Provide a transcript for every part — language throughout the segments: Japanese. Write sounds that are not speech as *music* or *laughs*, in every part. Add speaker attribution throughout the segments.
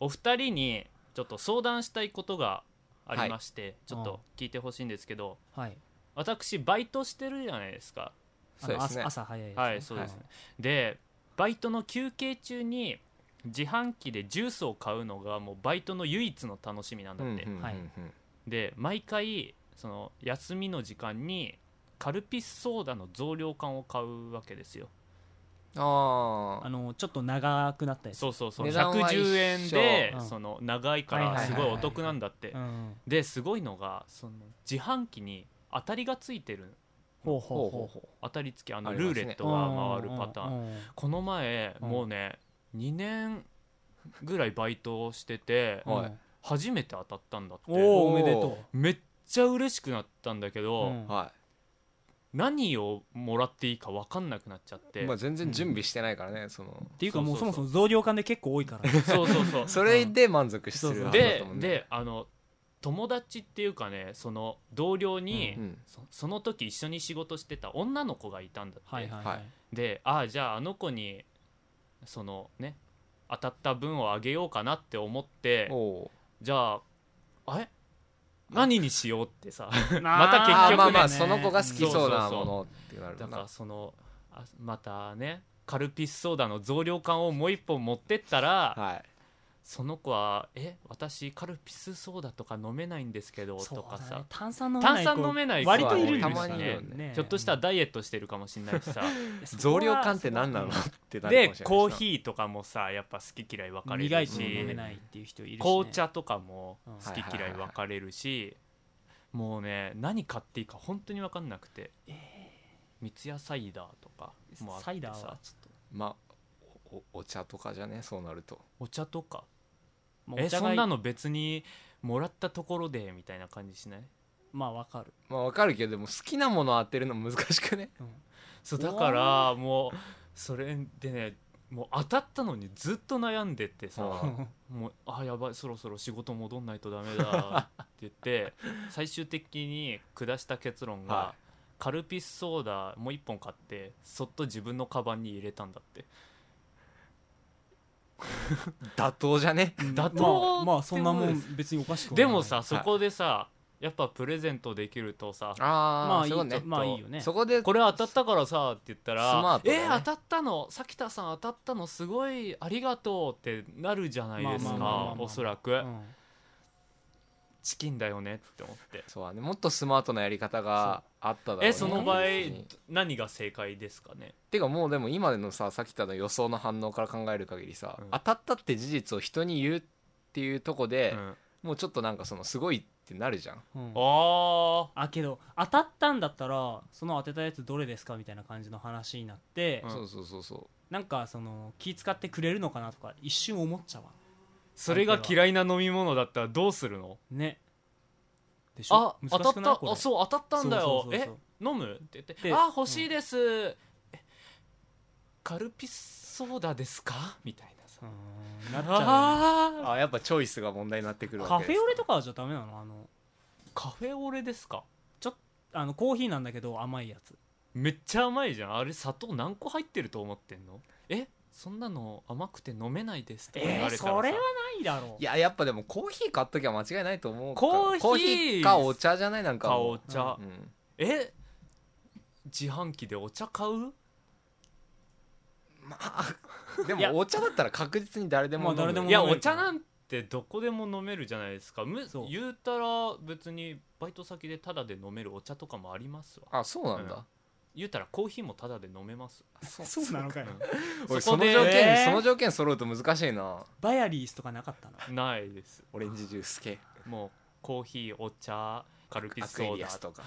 Speaker 1: お二人にちょっと相談したいことがありまして、ちょっと聞いてほしいんですけど
Speaker 2: はい
Speaker 1: 私バイトしてるじゃないですか
Speaker 2: あ
Speaker 3: そう
Speaker 2: の
Speaker 3: ですね
Speaker 2: 朝朝早いやつね
Speaker 1: はいそうですね、でバイトの休憩中に自販機でジュースを買うのがもうバイトの唯一の楽しみなんだ
Speaker 3: う
Speaker 1: っ
Speaker 3: んうん
Speaker 1: て、
Speaker 3: うんうん
Speaker 2: はい
Speaker 1: で毎回その休みの時間にカルピスソーダの増量缶を買うわけですよ
Speaker 3: あ
Speaker 2: あのちょっと長くなったやつ
Speaker 1: そうそうそう
Speaker 3: 値段は一緒
Speaker 1: 110円で、
Speaker 2: うん
Speaker 1: その長いか
Speaker 2: はい
Speaker 1: ら
Speaker 2: はいはい
Speaker 1: す
Speaker 2: はい
Speaker 1: ごいお得なんだって、
Speaker 2: うん
Speaker 1: ですごいのがその自販機に当たりがついてる
Speaker 2: ほう
Speaker 3: あ
Speaker 2: ほうほう
Speaker 1: 当たり付きあの
Speaker 3: あります
Speaker 1: ル
Speaker 3: ね
Speaker 1: ーレットが回るパターン、
Speaker 2: ン
Speaker 1: この前、
Speaker 2: うん
Speaker 1: もうね2年ぐらいバイトをしてて
Speaker 3: はい
Speaker 1: 初めて当たったんだって
Speaker 2: おおおめでと
Speaker 1: めっちゃ嬉しくなったんだけ
Speaker 2: う
Speaker 1: ど、
Speaker 2: うん
Speaker 3: は
Speaker 1: 何をもらっていいか分かんなくなっちゃって、
Speaker 3: いまあ全然準備してないからねその
Speaker 2: っていうかもうそ
Speaker 1: そう
Speaker 2: も
Speaker 1: そう
Speaker 2: そ
Speaker 1: そう
Speaker 2: も増量感で結構多いか
Speaker 1: *laughs*
Speaker 2: ら
Speaker 1: そうそうそう
Speaker 3: それで満足して
Speaker 2: そう
Speaker 3: る
Speaker 2: そう
Speaker 3: はずだっ
Speaker 1: で
Speaker 3: たもんね
Speaker 1: であの友達っていうかねその同僚に、
Speaker 3: うんうん
Speaker 1: そその時一緒に仕事してた女の子がいたんだって、
Speaker 2: はいはいは
Speaker 3: はいい
Speaker 1: でああじゃああの子にそのね当たった分をあげようかなって思って
Speaker 3: おお
Speaker 1: じゃああれ何にしようってさ
Speaker 2: ま
Speaker 1: た結
Speaker 3: あ
Speaker 1: 局ね
Speaker 3: ーまあまあその子が好き
Speaker 1: そう
Speaker 3: そうなものってなる
Speaker 1: だ
Speaker 3: か
Speaker 1: から
Speaker 3: な
Speaker 1: そのあまたねカルピスソーダの増量缶をもう一本持ってったら、
Speaker 3: はい
Speaker 1: その子は「え私カルピスソーダとか飲めないんですけど」とかさ、
Speaker 2: 炭酸飲めない
Speaker 1: 炭
Speaker 2: 子
Speaker 1: 酸飲めない子
Speaker 2: 割といるよね
Speaker 1: た
Speaker 3: た
Speaker 1: ま
Speaker 3: ま
Speaker 1: に
Speaker 3: にいるよね
Speaker 1: ちょっとしたらダイエットしてるかもしれないし
Speaker 3: *laughs*
Speaker 1: さ
Speaker 3: 増量感って何なのってな
Speaker 1: で
Speaker 3: るかもしれないしな
Speaker 1: コーヒーとかもさやっぱ好き嫌い分かれ
Speaker 2: 苦い
Speaker 1: る
Speaker 2: と飲め
Speaker 1: し
Speaker 2: ないっていう人いるしね
Speaker 1: 紅茶とかも
Speaker 2: うん
Speaker 1: 好き嫌い分かれるしもうね何買っていいか本当に分かんなくて三ツ矢サイダーとかもあってさ
Speaker 2: サイダーはちょっと
Speaker 3: まあおお茶とかじゃねそうなると
Speaker 1: お茶とか
Speaker 2: まあ
Speaker 1: え
Speaker 2: お茶
Speaker 1: そ
Speaker 2: がい
Speaker 1: ん
Speaker 2: い
Speaker 1: なの別にもらったところでみたいな感じしない
Speaker 2: まあわかる
Speaker 3: まあわかるけどでも好きなもの当てるの難しくね
Speaker 1: そうだからもうそれでねもう当たったのにずっと悩んでってさ
Speaker 3: う
Speaker 1: もうあやばいそろそろ仕事戻んないとダメだって言って
Speaker 3: *laughs*
Speaker 1: 最終的に下した結論が、
Speaker 3: は
Speaker 1: カルピスソーダもう一本買ってそっと自分のカバンに入れたんだって
Speaker 3: 妥当じゃね
Speaker 1: 妥当
Speaker 2: まあまあそんなも
Speaker 1: って
Speaker 2: ん別におかしくはない
Speaker 1: でもさそこでさ、やっぱプレゼントできるとさ
Speaker 2: ま
Speaker 3: あ
Speaker 2: あ
Speaker 3: あ
Speaker 2: いい
Speaker 3: そ
Speaker 2: と
Speaker 3: うね
Speaker 2: まあいいよね
Speaker 3: そこで
Speaker 1: これ当たったからさって言ったら
Speaker 3: スマートだね
Speaker 1: えー当たったのさきたさん当たったのすごいありがとうってなるじゃないです
Speaker 3: まあまあまあま
Speaker 1: か
Speaker 3: あ
Speaker 1: おそらく、
Speaker 2: うん
Speaker 1: チキンだよねって思って
Speaker 3: そうだねもっとスマートなやり方があっただろうね
Speaker 1: えその場合
Speaker 3: 別に
Speaker 1: 何が正解ですかね
Speaker 3: てかもうでも今のささっきたの予想の反応から考える限りさ、
Speaker 1: うん
Speaker 3: 当たったって事実を人に言うっていうとこで
Speaker 1: う、ん
Speaker 3: もうちょっとなんかそのすごいってなるじゃん
Speaker 2: うん
Speaker 1: あ
Speaker 2: あけど当たったんだったらその当てたやつどれですかみたいな感じの話になって、
Speaker 1: うん
Speaker 3: そうそうそうそう
Speaker 2: なんかその気使ってくれるのかなとか一瞬思っちゃうわ
Speaker 1: それが嫌いな飲み物だったらどうするの
Speaker 2: ねでし
Speaker 1: あ
Speaker 2: ょ難
Speaker 1: 当
Speaker 2: しくない
Speaker 1: たっ
Speaker 2: こ
Speaker 1: た
Speaker 2: れ
Speaker 1: あそう当たったんだよ
Speaker 2: そうそうそう
Speaker 1: え
Speaker 2: そう
Speaker 1: 飲むって言って
Speaker 2: で
Speaker 1: あ欲しいです、えカルピスソーダですかみたいなさ
Speaker 2: うーんなっちゃうよね
Speaker 1: あー
Speaker 3: あやっぱチョイスが問題になってくるわ
Speaker 2: カ
Speaker 3: け
Speaker 2: フ
Speaker 3: です
Speaker 2: ェオレとかはじゃダメなのあの
Speaker 1: カフェオレですか
Speaker 2: あのコーヒーなんだけど甘いやつ
Speaker 1: めっちゃ甘いじゃんあれ砂糖何個入ってると思ってんのえそんなの甘くて飲めないですって言
Speaker 2: え
Speaker 1: わ
Speaker 2: ー、
Speaker 1: れた
Speaker 2: そ
Speaker 1: らさ、
Speaker 2: れはないだろう
Speaker 3: いややっぱでもコーヒー買っときゃ間違いないと思うから
Speaker 1: コーヒー
Speaker 3: かお茶じゃないなんか
Speaker 1: 買
Speaker 3: も
Speaker 1: おう茶、
Speaker 3: う、ん、
Speaker 1: え自販機でお茶買う
Speaker 3: まあで
Speaker 2: いや
Speaker 3: もお茶だったら確実に誰でも飲む
Speaker 2: まあ誰でも
Speaker 1: いや
Speaker 2: 飲め
Speaker 1: お
Speaker 2: るから
Speaker 1: 茶なんてどこでも飲めるじゃないですかむ
Speaker 2: そう
Speaker 1: 言うたら別にバイト先でタダで飲めるお茶とかもありますわ
Speaker 3: あそうなんだ、
Speaker 1: 言うたらコーヒーもタダで飲めます
Speaker 2: そうなのかよ
Speaker 3: 俺
Speaker 1: そ
Speaker 3: そ
Speaker 1: こ
Speaker 3: の
Speaker 1: で
Speaker 3: 条件、
Speaker 2: え
Speaker 3: そ
Speaker 2: ー
Speaker 3: の条件揃うと難しいな
Speaker 2: バヤリースとかなかったな
Speaker 1: ないです
Speaker 3: オレンジジュース系
Speaker 1: もうコーヒーお茶カルピ
Speaker 3: ア
Speaker 1: ス
Speaker 3: ク
Speaker 1: ソ
Speaker 3: エ
Speaker 1: ー
Speaker 3: リ
Speaker 1: ダ
Speaker 3: アスとか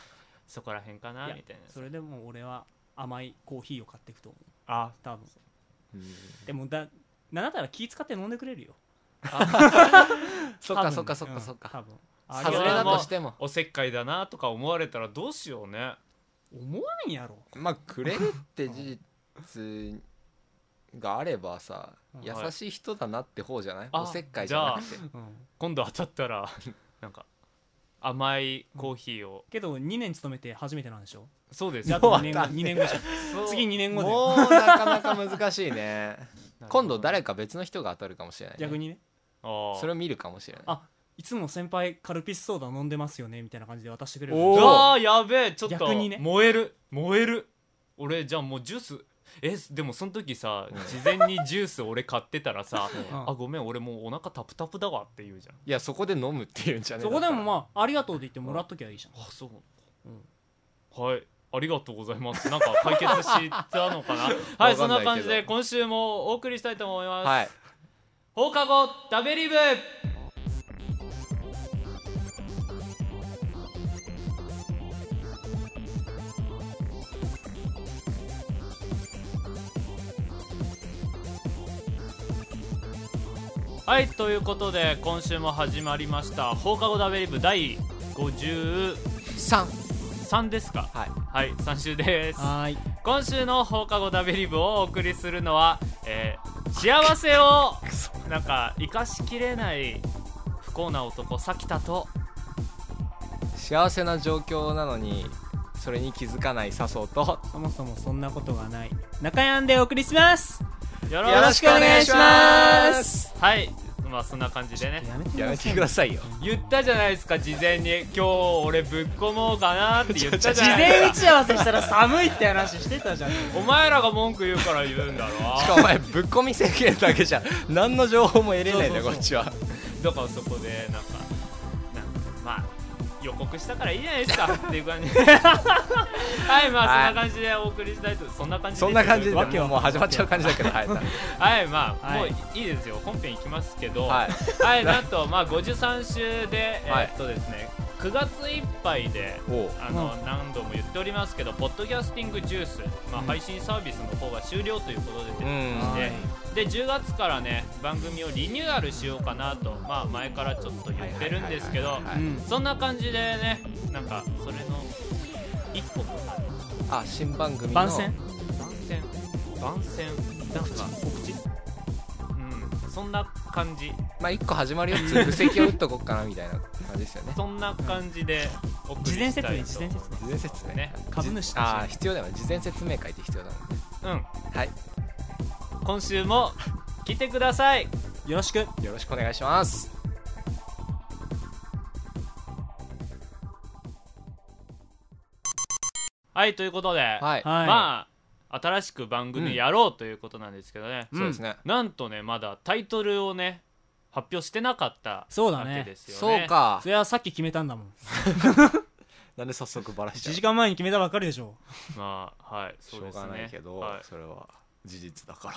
Speaker 1: そこら辺かない
Speaker 2: や
Speaker 1: みたい
Speaker 2: そ
Speaker 1: な
Speaker 2: れでも俺は甘いコーヒーを買っていくと思う
Speaker 1: あ
Speaker 2: 多分
Speaker 3: うん
Speaker 2: でもだなんだったら気使って飲んでくれるよ
Speaker 3: そっか
Speaker 2: 多分
Speaker 3: そっかそっかそっ
Speaker 2: 多
Speaker 3: か。
Speaker 2: 分
Speaker 3: 外
Speaker 1: れ
Speaker 3: れ
Speaker 1: は
Speaker 3: だ
Speaker 1: もう
Speaker 3: としても。
Speaker 1: おせっかいだなとか思われたらどうしようね
Speaker 2: 思わんやろ
Speaker 3: まあくれるって事実があればさ
Speaker 2: うん、
Speaker 3: 優しい人だなって方じゃない
Speaker 1: あ
Speaker 3: おせっかいじゃなくて。
Speaker 2: うん
Speaker 1: 今度当たったら *laughs* なんか甘いコーヒーを、
Speaker 2: けど2年勤めて初めてなんでしょ
Speaker 1: そうです
Speaker 2: じゃあ
Speaker 3: もう
Speaker 2: 2年
Speaker 3: わ
Speaker 2: 後
Speaker 3: かんない
Speaker 2: 2年後じゃん次2年後で *laughs*
Speaker 3: もうなかなか難しいね。今度誰か別の人が当たるかもしれないね。
Speaker 2: 逆にね
Speaker 1: ああ
Speaker 3: それを見るかもしれない
Speaker 2: あいつも先輩カルピスソーダ飲んでますよねみたいな感じで渡してくれる
Speaker 3: おー
Speaker 1: うわーやべえちょっと
Speaker 2: 逆にね
Speaker 1: 燃える燃える俺じゃあもうジュースえでもその時さ事前にジュース俺買ってたらさ
Speaker 3: うん
Speaker 2: うん
Speaker 1: あごめん俺もうお腹タプタプだわって言うじゃん
Speaker 3: いやそこで飲むっていうんじゃねえ
Speaker 2: そこでも
Speaker 3: あ
Speaker 2: まあありがとうって言ってもらっときゃいいじゃん
Speaker 1: あそう、はいありがとうございますなんか解決したのかなはいそんな感じで今週もお送りしたいと思います、
Speaker 3: はい
Speaker 1: 放課後ダベリブはいということで今週も始まりました放課後ダベリブ第53
Speaker 3: 3
Speaker 1: ですか
Speaker 3: はい
Speaker 1: はい3週です
Speaker 2: はーい
Speaker 1: 今週の放課後ダベリブをお送りするのは、えー幸せをなんか生かしきれない不幸な男さきたと
Speaker 3: 幸せな状況なのにそれに気づかない笹生と
Speaker 2: そもそもそんなことがない中山でお送りします
Speaker 1: よ
Speaker 3: よろしくお願いします
Speaker 1: はいまあそんな感じでね
Speaker 2: やめて
Speaker 3: やめてく
Speaker 2: だ
Speaker 3: ださいよ
Speaker 1: 言ったじゃないですか事前に今日俺ぶっ込もうかなって言ったじ
Speaker 2: 事
Speaker 1: ゃないで
Speaker 2: 前打
Speaker 1: すか
Speaker 2: ち合わせしたら寒いって話してたじゃん
Speaker 1: お前らが文句言うから言うんだろ
Speaker 3: しかもお前ぶっ込み制限だけじゃ何の情報も得れないんだよこ
Speaker 2: そうそうそう
Speaker 3: っちは
Speaker 1: だからそこでなんかなんかまあ予告したからいいじゃないです
Speaker 3: *laughs*
Speaker 1: かっていう感じ *laughs* はいまあそんな感じでお送りしたいと、そんな感じで
Speaker 3: そんな感じで
Speaker 1: は
Speaker 2: わけわかんない
Speaker 3: もう始まっちゃう感じだけどはい
Speaker 1: いまあ、
Speaker 2: はい
Speaker 1: もういいですよ本編いきますけど
Speaker 3: は
Speaker 1: はい、
Speaker 3: い
Speaker 1: なんとまあ53週で、
Speaker 3: はい
Speaker 1: えーっとですね9月いっぱいで
Speaker 3: おう
Speaker 1: あの、
Speaker 2: う
Speaker 1: 何度も言っておりますけどポッドキャスティングジュース、まあ、
Speaker 2: うん
Speaker 1: 配信サービスの方が終了ということでです
Speaker 3: う
Speaker 1: ね
Speaker 3: ん
Speaker 1: はで10月からね番組をリニューアルしようかなと、まあ、前からちょっと言ってるんですけど
Speaker 3: はいはいはいはい
Speaker 2: うん
Speaker 1: そんな感じでねなんかそれの一個とか
Speaker 3: あ新番組の
Speaker 2: 番宣
Speaker 1: 番宣番宣なんか告知うんそんな感じ
Speaker 3: まあ一個始まるよつ布石を打っとこっかなみたいな感じですよね
Speaker 1: そんな感じで送り
Speaker 2: 事前
Speaker 1: し
Speaker 2: 説
Speaker 1: たい
Speaker 2: 明
Speaker 1: と
Speaker 2: 事前説明
Speaker 3: 事前説明
Speaker 1: ね
Speaker 2: 株主として
Speaker 3: ああ必要だよね事前説明会って必要だもんね
Speaker 1: うん
Speaker 3: はい
Speaker 1: 今週も聞いてください
Speaker 2: よろしく
Speaker 3: よろしくお願いします
Speaker 1: はいということで、
Speaker 3: はい
Speaker 2: はい
Speaker 1: まあ新しく番組やろうということなんですけどね、
Speaker 2: うん
Speaker 3: そうですね
Speaker 1: なんとねまだタイトルをね発表してなかった
Speaker 2: そうだね
Speaker 1: わけですよね
Speaker 3: そうか
Speaker 2: それはさっき決めたんだもん
Speaker 3: なんで早速バラしちゃ
Speaker 2: 1
Speaker 3: う
Speaker 2: 時間前に決めたばっかりでしょ
Speaker 1: まあはいそう
Speaker 3: しょ
Speaker 1: で
Speaker 3: う
Speaker 1: すね
Speaker 3: がないけど、
Speaker 1: はい
Speaker 3: それは事実だか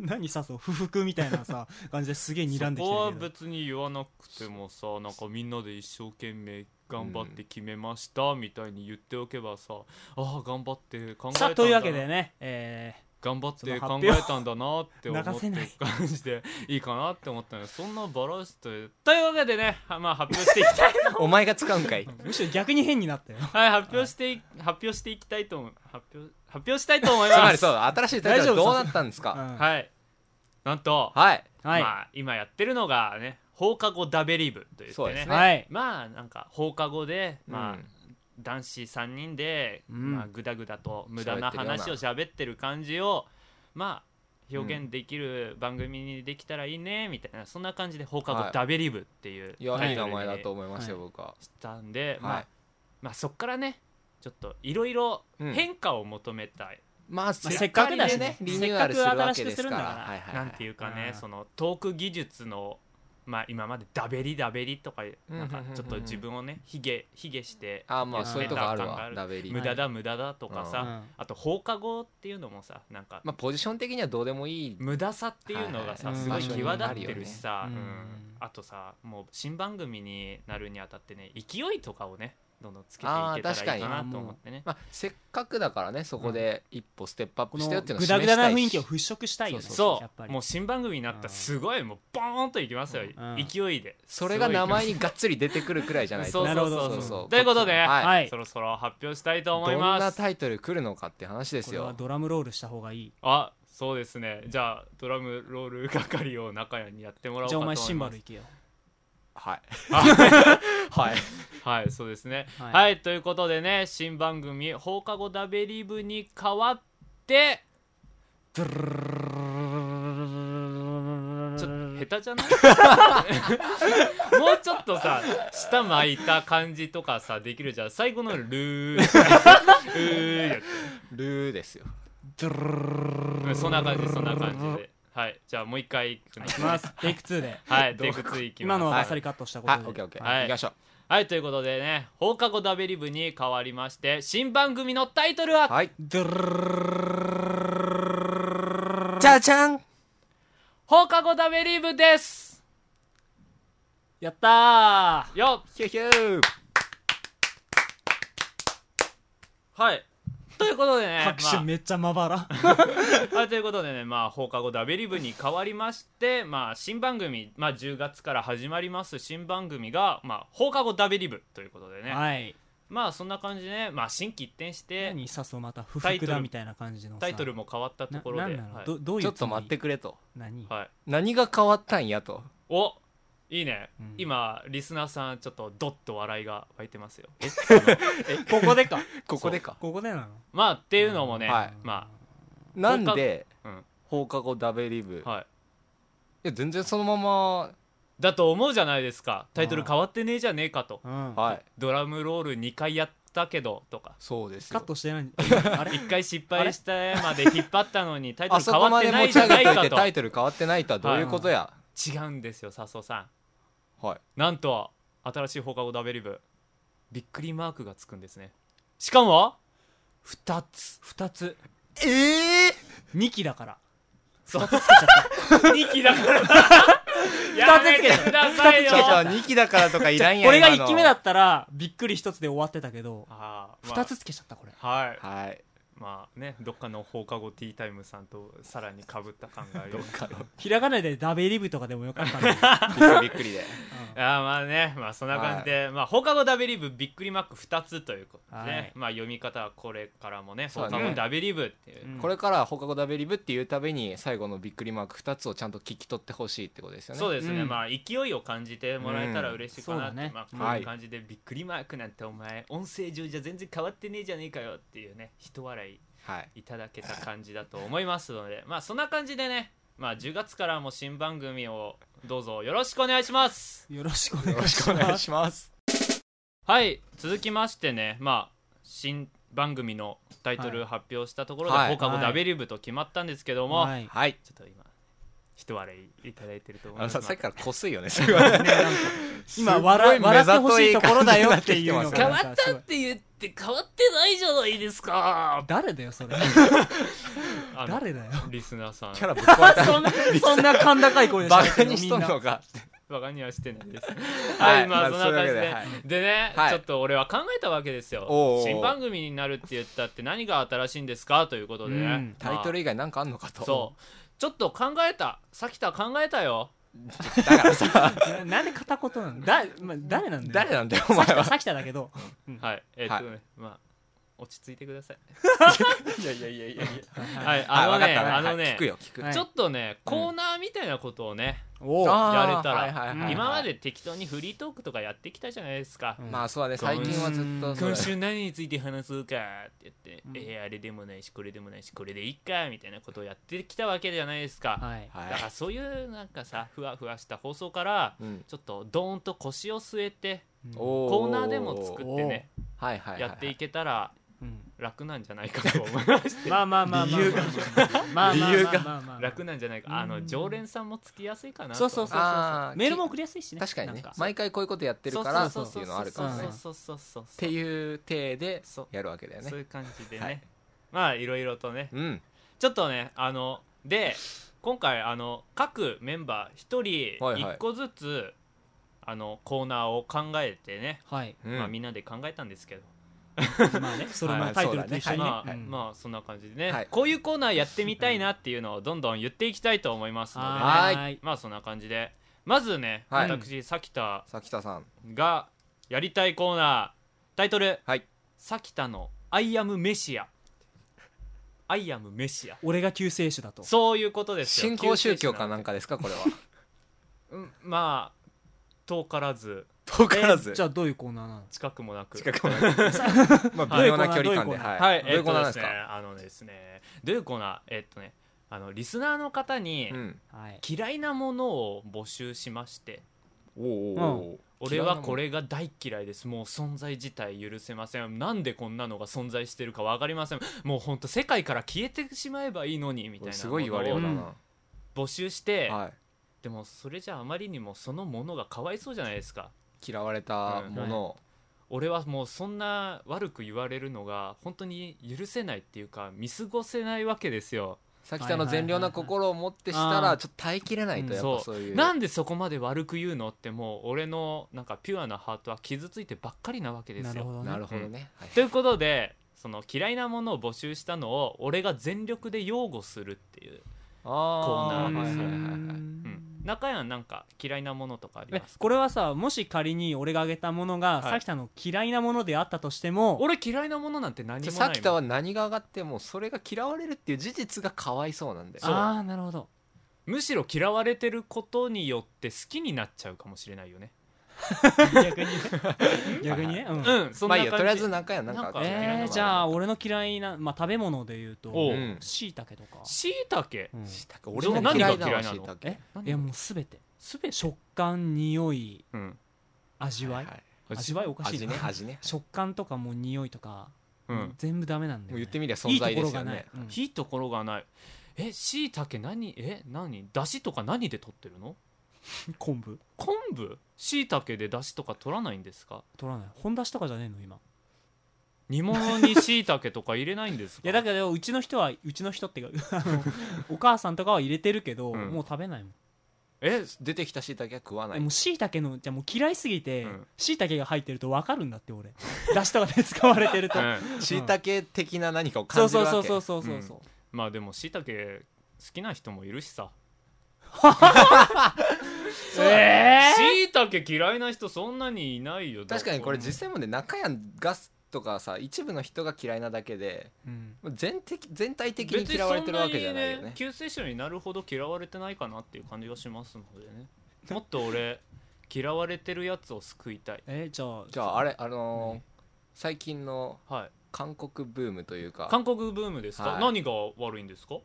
Speaker 3: ら
Speaker 2: 何さそう不服みたいなさ感じですげえ睨んでき
Speaker 1: そこ
Speaker 2: て
Speaker 1: は
Speaker 2: るけど
Speaker 1: 別に言わなくてもさなんかみんなで一生懸命頑張って決めましたみたいに言っておけばさ、ああ頑張って考えたん
Speaker 2: さ
Speaker 1: だ
Speaker 2: あ
Speaker 1: な
Speaker 2: というわけでねえ
Speaker 1: 頑張っ
Speaker 2: その
Speaker 1: て
Speaker 2: 発
Speaker 1: 考
Speaker 2: 表
Speaker 1: えたんだなって思っ
Speaker 2: 流
Speaker 1: て
Speaker 2: せない
Speaker 1: 感じでいいかなって思ったのでそんなバラしてというわけでねはまあ発表していきた *laughs* い
Speaker 3: *laughs* お前が使うんかい
Speaker 2: ーむしろ逆に変になったよ
Speaker 1: はい発表してい発表していきたいと思う発表発表したいと思い *laughs*
Speaker 3: つま
Speaker 1: ま
Speaker 3: り
Speaker 1: す
Speaker 3: そう新しいタイトルは
Speaker 2: 大丈
Speaker 3: ど
Speaker 2: 夫
Speaker 3: うなったんです
Speaker 2: う
Speaker 3: か
Speaker 2: ん
Speaker 1: はいなんと
Speaker 3: はい
Speaker 2: はい
Speaker 1: まあ、今やってるのがね放課後ダベリブといって
Speaker 3: そう
Speaker 1: ね
Speaker 3: ですね
Speaker 2: はい
Speaker 1: まあなんか放課後で、
Speaker 3: う
Speaker 1: ま
Speaker 3: ん
Speaker 1: あ、男子3人で、
Speaker 2: うん
Speaker 1: まあ、ぐだぐだと無駄
Speaker 3: 喋
Speaker 1: な
Speaker 3: ってるような
Speaker 1: 話を喋ってる感じをまあ表現できる番組にできたらいいねみたいな、そんな感じで放課
Speaker 3: は
Speaker 1: 後
Speaker 3: い
Speaker 1: ダベリブっていう
Speaker 3: いや
Speaker 1: タ
Speaker 3: い
Speaker 1: イ
Speaker 3: い
Speaker 1: ト
Speaker 3: 名
Speaker 1: ル
Speaker 3: 前だと
Speaker 1: に
Speaker 3: 思いますよ、
Speaker 2: は
Speaker 3: 僕は
Speaker 1: したんで、ま
Speaker 3: は
Speaker 1: あ
Speaker 3: い、
Speaker 1: まあそっからねちょっといろいろ
Speaker 3: うん
Speaker 1: 変化を求めたい、
Speaker 3: まあ
Speaker 2: まあせっかくだし
Speaker 3: ね
Speaker 2: ね
Speaker 3: リニューアルするわけですから
Speaker 2: せっかく新しくするんだから
Speaker 3: はいはい
Speaker 1: なんていうかね
Speaker 2: うん
Speaker 1: そのトーク技術のまあ今までダベリダベリとかなんかちょっと自分をねヒゲヒゲして
Speaker 3: ああまあそういうとこある
Speaker 1: メーター感が
Speaker 3: わ
Speaker 1: ある
Speaker 3: ラベリー
Speaker 1: 無駄だ無駄だとか
Speaker 2: う
Speaker 1: さ、
Speaker 2: ん
Speaker 1: あと放課後っていうのもさなんか
Speaker 3: まあポジション的にはどうでもいい
Speaker 1: 無駄さっていうのがさ、
Speaker 2: はいはい
Speaker 1: すごい
Speaker 2: うん
Speaker 1: 際立ってるしさ、
Speaker 2: うん
Speaker 1: うんあとさもう新番組になるにあたってね勢いとかをねどんどんつけていけ
Speaker 3: あー確
Speaker 1: た
Speaker 3: からに
Speaker 1: いいかなと思ってね
Speaker 3: まあせっかくだからねそこで一歩ステップアッ
Speaker 2: こ
Speaker 3: プしてよっていう
Speaker 2: の
Speaker 3: のを
Speaker 2: グダ
Speaker 3: 示
Speaker 2: グ
Speaker 3: した
Speaker 2: ダない雰
Speaker 3: し
Speaker 2: 囲気を払拭したいよね
Speaker 3: そう
Speaker 1: そ
Speaker 2: やっぱ
Speaker 1: う
Speaker 2: り
Speaker 1: もう新番組になったらすごいもうボーンといきますよ、
Speaker 2: うん
Speaker 1: 勢いで
Speaker 3: それが名前にがっつり出てくるくらいじゃない
Speaker 1: そ
Speaker 3: と
Speaker 1: うそうそうそ
Speaker 3: そ
Speaker 1: うう
Speaker 3: そう
Speaker 1: ということで、
Speaker 3: はい
Speaker 1: そろそろ発表したいと
Speaker 3: ど
Speaker 1: 思い
Speaker 3: ん
Speaker 1: ま
Speaker 3: な
Speaker 1: す
Speaker 3: タイトル来るのかって話です
Speaker 2: これは
Speaker 3: よ
Speaker 2: ドラムロールした方がいい
Speaker 1: あそうですねじゃあドラムロール係を中谷にやってもらおうか
Speaker 2: じ
Speaker 1: と
Speaker 2: ゃあお
Speaker 1: 思いま
Speaker 2: 前
Speaker 1: す
Speaker 2: シンバル行けよ *laughs*
Speaker 3: はい
Speaker 1: はい、はい、そうですね。は、
Speaker 2: はいい
Speaker 1: ということでね、新番組放課後ダベリブに変わって。ちょっと下手下手じゃない *laughs* もうちょっとさ舌巻いた感じとかさできるじゃん最後の
Speaker 2: *laughs*
Speaker 1: ルールーやっ
Speaker 3: ルーですよ
Speaker 1: てそんな感じそんな感じではいじゃあもう一回いきま
Speaker 2: いき
Speaker 1: す
Speaker 2: ますテイク2で
Speaker 1: はいテイク2いき
Speaker 2: 今
Speaker 1: ます
Speaker 2: のはバッサリカットしたこ
Speaker 3: あ
Speaker 2: とで
Speaker 3: オッケーオッケー、
Speaker 1: はい
Speaker 3: 行きましょう
Speaker 1: はいということでね放課後ダベリブに変わりまして新番組のタイトルは
Speaker 3: はい
Speaker 2: ドゥルルルル
Speaker 3: じゃじゃん
Speaker 1: 放課後ダベリブです
Speaker 2: やったー
Speaker 1: よっ
Speaker 3: ヒューヒュー
Speaker 1: はいということでね
Speaker 2: 拍手
Speaker 1: まあ
Speaker 2: めっちゃまばら
Speaker 1: はい、ということでね、まあ、放課後ダベリブに変わりまして、まあ、新番組、まあ、10月から始まります新番組が、まあ、放課後ダベリブということでね、
Speaker 2: はい
Speaker 1: まあそんな感じでね、まあ、心機一転して
Speaker 2: 何さすまた不
Speaker 1: タイト
Speaker 2: 服
Speaker 1: ル
Speaker 2: だみたいな感じのさ
Speaker 1: タイトルも変わったと
Speaker 2: な
Speaker 1: ころ
Speaker 2: な
Speaker 1: で
Speaker 2: んなの、
Speaker 1: はい
Speaker 2: どどういう
Speaker 3: ちょっと待ってくれと
Speaker 2: 何
Speaker 1: はい、
Speaker 3: 何が変わったんやと
Speaker 1: おいいね、
Speaker 2: うん
Speaker 1: 今リスナーさんちょっとドッと笑いが湧いてますよ
Speaker 2: ここでか
Speaker 3: *laughs* ここでか
Speaker 2: ここでなの
Speaker 1: まあっていうのもね、
Speaker 3: はい
Speaker 1: ま
Speaker 3: なんで
Speaker 1: あ、うん
Speaker 3: 放課後ダベリブ、い
Speaker 1: はい、
Speaker 3: や全然そのまま
Speaker 1: だと思うじゃないですかタイトル変わってねえじゃねえかと
Speaker 2: うん
Speaker 3: はい
Speaker 1: ドラムロール2回やったけどとか
Speaker 3: そうです
Speaker 2: カ
Speaker 3: よ
Speaker 2: ットしてないあれ
Speaker 1: 一回失敗してまで引っ張ったのにタイト
Speaker 3: あ
Speaker 1: ル
Speaker 3: そ
Speaker 1: 変
Speaker 3: こ
Speaker 1: わっ
Speaker 3: ま
Speaker 1: て
Speaker 3: で
Speaker 1: な
Speaker 3: 持
Speaker 1: い
Speaker 3: ち
Speaker 1: じ
Speaker 3: 上
Speaker 1: ゃな
Speaker 3: げ
Speaker 1: い
Speaker 3: とい
Speaker 1: か
Speaker 3: て
Speaker 1: と
Speaker 3: タイトル変わってないとはどういうことや
Speaker 1: 違うんですよ笹生さん
Speaker 3: はい
Speaker 1: なんと新しい放課後ダベリブびっくりマークがつくんですねしかも2つ
Speaker 2: 2つ
Speaker 3: ええ
Speaker 2: 2期だから
Speaker 1: そう
Speaker 2: つけちゃった
Speaker 1: 2期だからやめてくださいよ
Speaker 3: ちょっと2期だからとかいらんや
Speaker 2: これが1期目だ
Speaker 3: っ
Speaker 2: ったらびっくり1つで終わってたけど
Speaker 1: あーまあ
Speaker 2: 2つつけちゃったこれ
Speaker 1: はい
Speaker 3: はい
Speaker 1: まあねどっかの放課後ティータイムさんとさらにかぶった感があります
Speaker 2: ひらがなでダベリブとかでもよかったのに
Speaker 3: びっくりで
Speaker 1: あーまあねまあそんな感じで、まあ放課後ダベリブびっくりマーク2つということでね、
Speaker 2: はい
Speaker 1: まあ読み方はこれからもね
Speaker 3: そ
Speaker 1: 放
Speaker 3: うだね
Speaker 1: 課後ダベリブっていう、
Speaker 2: うん
Speaker 3: *laughs* これから放課後ダベリブっていうたびに最後のびっくりマーク2つをちゃんと聞き取ってほしいってことですよね
Speaker 1: そうですね、
Speaker 2: うん
Speaker 1: まあ勢いを感じてもらえたら嬉しいかなって、
Speaker 2: うんそうだね
Speaker 1: まあ、こ
Speaker 3: は
Speaker 1: うい
Speaker 3: いう
Speaker 1: 感じで、びっくりマークなんてお前音声上じゃ全然変わってねえじゃねえかよっていうね人笑い
Speaker 3: はい
Speaker 1: いただけた感じだと思いますのでまあそんな感じでねまあ10月からも新番組をどうぞよろしくお願いします
Speaker 2: よろしくお願
Speaker 3: よ
Speaker 2: い
Speaker 3: ろし
Speaker 2: し
Speaker 3: くお願
Speaker 2: ま
Speaker 3: い
Speaker 2: す
Speaker 3: します
Speaker 1: はい続きましてねまあ新番組のタイトル発表したところで、
Speaker 3: はい
Speaker 1: 放課後
Speaker 2: はい
Speaker 1: ダベリブと決まったんですけども、
Speaker 2: はい
Speaker 3: はい
Speaker 1: ちょっと今人笑いいただいてると思い
Speaker 3: あの
Speaker 1: ます
Speaker 3: ささっきからこすいよね *laughs* す
Speaker 2: ねなんか今笑
Speaker 3: 目
Speaker 2: 笑っ
Speaker 3: ざ
Speaker 2: てほ
Speaker 3: と
Speaker 2: し
Speaker 3: い
Speaker 2: いところだよっていうのが
Speaker 1: 変
Speaker 2: な
Speaker 1: わ
Speaker 2: ん
Speaker 1: っ
Speaker 2: かす
Speaker 1: た
Speaker 2: ご
Speaker 1: っ
Speaker 2: い
Speaker 1: て言って変わってないじゃないですか
Speaker 2: 誰だよそれ
Speaker 1: あの
Speaker 2: 誰だよ
Speaker 1: リスナーさん
Speaker 3: キャラぶっ壊れた
Speaker 2: そんなそんな甲高い声で
Speaker 3: バ
Speaker 2: 喋っ
Speaker 3: カ
Speaker 2: てんの
Speaker 3: にしとん
Speaker 2: みんな
Speaker 3: のか
Speaker 1: バカにはしてないです
Speaker 3: は
Speaker 1: は
Speaker 3: い
Speaker 1: いま
Speaker 3: ま
Speaker 1: あ
Speaker 3: あ
Speaker 1: そんな感じ
Speaker 3: そういう
Speaker 1: で
Speaker 3: わけ
Speaker 1: でね
Speaker 3: はい
Speaker 1: ちょっと俺は考えたわけですよ
Speaker 3: おうおう
Speaker 1: 新番組になるって言ったって何が新しいんですかということでね
Speaker 2: うん
Speaker 1: ま
Speaker 3: タ
Speaker 1: あ
Speaker 3: イトル以外なんかあんのかと
Speaker 1: そうちょっと考えたさきた考えたよ
Speaker 3: だか
Speaker 1: *laughs*
Speaker 3: らさ
Speaker 2: ななんで片言なのだ、まあ、誰なんだよ
Speaker 3: 誰なんだよお
Speaker 2: さ
Speaker 3: 前
Speaker 2: きた
Speaker 3: は
Speaker 2: さきただけど
Speaker 1: はいえっとねまあ落ち着いてください
Speaker 3: いやいやいやいや
Speaker 1: はいあのねあ
Speaker 3: あ
Speaker 1: の
Speaker 3: のね
Speaker 1: ね
Speaker 3: 聞くよ聞く
Speaker 2: はい
Speaker 1: ちょっとねコーナーみたいなことをね
Speaker 2: お
Speaker 3: あー
Speaker 1: やれたら
Speaker 3: はいはいはい
Speaker 1: 今まで適当にフリートークとかやってきたじゃないですか
Speaker 2: うん
Speaker 3: まあそうだね最近はずっとそう
Speaker 1: 今
Speaker 3: だね
Speaker 1: 週何について話すかって言って、
Speaker 2: うん
Speaker 1: えーあれでもないしこれでもないしこれでいいかみたいなことをやってきたわけじゃないですか、
Speaker 2: はい
Speaker 3: はい
Speaker 1: だからそういうなんかさふわふわした放送から
Speaker 3: うん
Speaker 1: ちょっとドーンと腰を据えて
Speaker 2: うん
Speaker 3: お
Speaker 1: コーナーでも作ってね
Speaker 3: はいはいはい
Speaker 1: やっていけたら
Speaker 2: うん
Speaker 1: 楽なんじゃないかと思いまして
Speaker 2: *laughs* まあまあまあまあまあ
Speaker 3: 理由が
Speaker 2: まあまあまあまあまあ
Speaker 3: 理由が
Speaker 2: まあまあ
Speaker 1: 楽なんじゃないかあ
Speaker 2: う
Speaker 1: の
Speaker 2: ん
Speaker 1: 常連さんもつきやすいかなと
Speaker 2: そうそうそうそう
Speaker 3: あー
Speaker 2: メールも送りやすいしね
Speaker 3: 確かに
Speaker 2: な
Speaker 3: ね
Speaker 2: ん
Speaker 3: 毎回こういうことやってるからっていうのあるかもね
Speaker 1: そう
Speaker 3: っ
Speaker 1: そうそうそうそうそう
Speaker 3: ていう体で
Speaker 1: そう
Speaker 3: やるわけだよね
Speaker 1: そういう感じでね、
Speaker 3: はい
Speaker 1: まあいろいろとね
Speaker 3: うん
Speaker 1: ちょっとねあので今回あの各メンバー一人
Speaker 3: はいはい
Speaker 1: 一個ずつ、あのコーナーを考えてね、
Speaker 2: はい
Speaker 3: うん
Speaker 1: まあ、みんなで考えたんですけど、
Speaker 2: まあねそれのタイトルと一緒にね
Speaker 1: まあ、
Speaker 2: うん
Speaker 1: まあそんな感じでね、
Speaker 3: はい
Speaker 1: こういうコーナーやってみたいなっていうのをどんどん言っていきたいと思いますので、ね、
Speaker 3: *laughs* はーい
Speaker 1: まあそんな感じでまずね、
Speaker 3: はい
Speaker 1: 私さきた
Speaker 3: さきたさん
Speaker 1: がやりたいコーナータイトル
Speaker 3: はい
Speaker 1: 「さきたのアイアムメシア」「アイアムメシア」
Speaker 2: 俺が救世主だと
Speaker 1: そういうことですよ
Speaker 3: 新興宗教か
Speaker 1: 救世主
Speaker 3: なん
Speaker 1: て
Speaker 3: んかですかこれは *laughs*
Speaker 1: うんまあ遠からず
Speaker 3: 遠から
Speaker 2: え
Speaker 3: ず
Speaker 2: じゃあどういうコーナーなの
Speaker 1: 近くもなく
Speaker 3: 近くもないまあ
Speaker 2: どうい
Speaker 3: 微
Speaker 2: うコ
Speaker 3: 妙
Speaker 2: ーナ
Speaker 3: な
Speaker 2: ー
Speaker 3: 距離感
Speaker 2: どういうコ
Speaker 3: で
Speaker 2: ーナ
Speaker 3: はい
Speaker 1: はい
Speaker 3: どう
Speaker 1: え
Speaker 3: い
Speaker 1: っ
Speaker 3: うコ
Speaker 1: と
Speaker 3: ーナ
Speaker 1: で
Speaker 3: ーですす
Speaker 1: ね
Speaker 3: か
Speaker 1: あのですねどういうコーナーえっとねああのリスナーの方に
Speaker 3: うん
Speaker 2: *laughs* はい
Speaker 1: 嫌いなものを募集しまして
Speaker 3: おうおうおう
Speaker 1: 俺はこれが大嫌いですもう存在自体許せませんなんでこんなのが存在してるか分かりませんもうほんと世界から消えてしまえばいいのにみたいな
Speaker 3: すごい言われようだ
Speaker 1: ものを
Speaker 3: な、
Speaker 1: 募集して、
Speaker 3: はい、
Speaker 1: でもそれじゃあまりにもそのものがかわいそうじゃないですか
Speaker 3: 嫌われたものを、
Speaker 1: 俺はもうそんな悪く言われるのが本当に許せないっていうか見過ごせないわけですよ
Speaker 3: さきたの善良な心を持ってした
Speaker 2: はいはいはいは
Speaker 3: ら
Speaker 2: い
Speaker 3: ちょっと耐えきれないとやっぱそういう、
Speaker 1: なんでそこまで悪く言うのってもう俺のなんかピュアなハートは傷ついてばっかりなわけで
Speaker 2: な
Speaker 1: す
Speaker 2: る
Speaker 1: よ
Speaker 2: ほどね
Speaker 3: なるほどね、はい
Speaker 1: ということでその嫌いなものを募集したのを俺が全力で擁護するっていう、
Speaker 3: あ
Speaker 1: コーナーですよ
Speaker 3: は
Speaker 1: ね
Speaker 3: いはいは
Speaker 2: う
Speaker 3: いはい
Speaker 2: ん
Speaker 1: うん、中谷なんか嫌いなものとかあり
Speaker 2: え
Speaker 1: ます
Speaker 2: これはさもし仮に俺が挙げたもの
Speaker 1: は
Speaker 2: が、
Speaker 1: い
Speaker 2: さきたの嫌いなものであったとしても
Speaker 1: 俺嫌いなものなんて何も
Speaker 3: じ
Speaker 1: な
Speaker 3: ゃあ
Speaker 1: い
Speaker 3: さきた
Speaker 1: も
Speaker 3: は
Speaker 1: ん
Speaker 3: 何が上がってもそれが嫌われるっていう事実がかわいそうなんだよ
Speaker 1: そう
Speaker 2: ああなるほど
Speaker 1: むしろ嫌われてることによって好きになっちゃうかもしれないよね
Speaker 2: 逆にね逆にね、うん
Speaker 1: うんそん
Speaker 3: ま
Speaker 1: な
Speaker 3: あい
Speaker 1: 感じ、
Speaker 3: いやとりあえず中やなん
Speaker 1: な
Speaker 3: か
Speaker 1: んか嫌いなもの
Speaker 2: え
Speaker 1: は
Speaker 2: ー、じゃあ俺の嫌いな、まあ、食べ物で言う
Speaker 1: お
Speaker 2: と
Speaker 1: う
Speaker 3: うん
Speaker 2: しいたけとか、
Speaker 1: しいたけ
Speaker 2: うん
Speaker 3: しいたけ俺も
Speaker 1: 何
Speaker 3: 嫌
Speaker 1: が
Speaker 3: いだ
Speaker 1: 嫌
Speaker 3: わ
Speaker 1: いな
Speaker 3: し
Speaker 1: の
Speaker 3: いたけ
Speaker 2: えいやもうすべて
Speaker 1: すべて
Speaker 2: 食感匂い
Speaker 1: うん
Speaker 2: 味わい、
Speaker 3: はい
Speaker 2: 味わいおかしい
Speaker 3: 味
Speaker 2: な
Speaker 3: ね味ね
Speaker 2: 食感とかもう匂いとか、
Speaker 1: うん
Speaker 2: 全部ダメなんだ
Speaker 3: も
Speaker 2: よ、
Speaker 3: う
Speaker 2: ね、
Speaker 3: 言ってみりゃ存在ですよ
Speaker 2: い
Speaker 3: ね
Speaker 2: いところがない、うん
Speaker 1: いいところがないえしいたけ何え何だしとか何で取ってるの
Speaker 2: 昆布
Speaker 1: 昆布しいたけでだしとか取らないんですか
Speaker 2: 取らない本出しとかじゃねえの今
Speaker 1: 煮物にしいたけとか入れないんですか
Speaker 2: いやだけどうちの人はうちの人っていうかあのお母さんとかは入れてるけど、
Speaker 1: うん
Speaker 2: もう食べないもん
Speaker 1: え
Speaker 3: 出てきたしいたけは食わな
Speaker 2: え
Speaker 3: い
Speaker 2: もうしいたけのじゃあもう嫌いすぎて
Speaker 1: うん
Speaker 2: しいたけが入ってると分かるんだって俺だしとかで使われて
Speaker 1: *laughs*
Speaker 2: ると
Speaker 1: うん
Speaker 3: しいたけ的な何かを
Speaker 2: そ
Speaker 3: 感
Speaker 2: う
Speaker 3: じる
Speaker 2: そ
Speaker 3: わ
Speaker 2: う
Speaker 3: け
Speaker 2: そうそうそうそう
Speaker 1: うんまあでもしいたけ好きな人もいるしさ
Speaker 2: ええ
Speaker 1: しいたけ嫌いな人そんなにいないよ
Speaker 3: 確かにこれ
Speaker 1: だ
Speaker 3: 実際問題中やんガスとかさ一部の人が嫌いなだけで
Speaker 2: うん
Speaker 3: 全的全体的に嫌われてるわけじゃないよ
Speaker 1: 別にそんな
Speaker 3: ね
Speaker 1: にね救世主になるほど嫌われてないかなっていう感じがしますので
Speaker 3: *laughs*
Speaker 1: ねもっと俺嫌われてるやつを救いたい
Speaker 2: えじゃあ
Speaker 3: じゃああれあのー
Speaker 1: 何
Speaker 3: 最近の
Speaker 1: はい
Speaker 3: 韓国ブームというか
Speaker 1: 韓国ブームですか、
Speaker 3: はい
Speaker 1: 何が悪いんですか
Speaker 3: い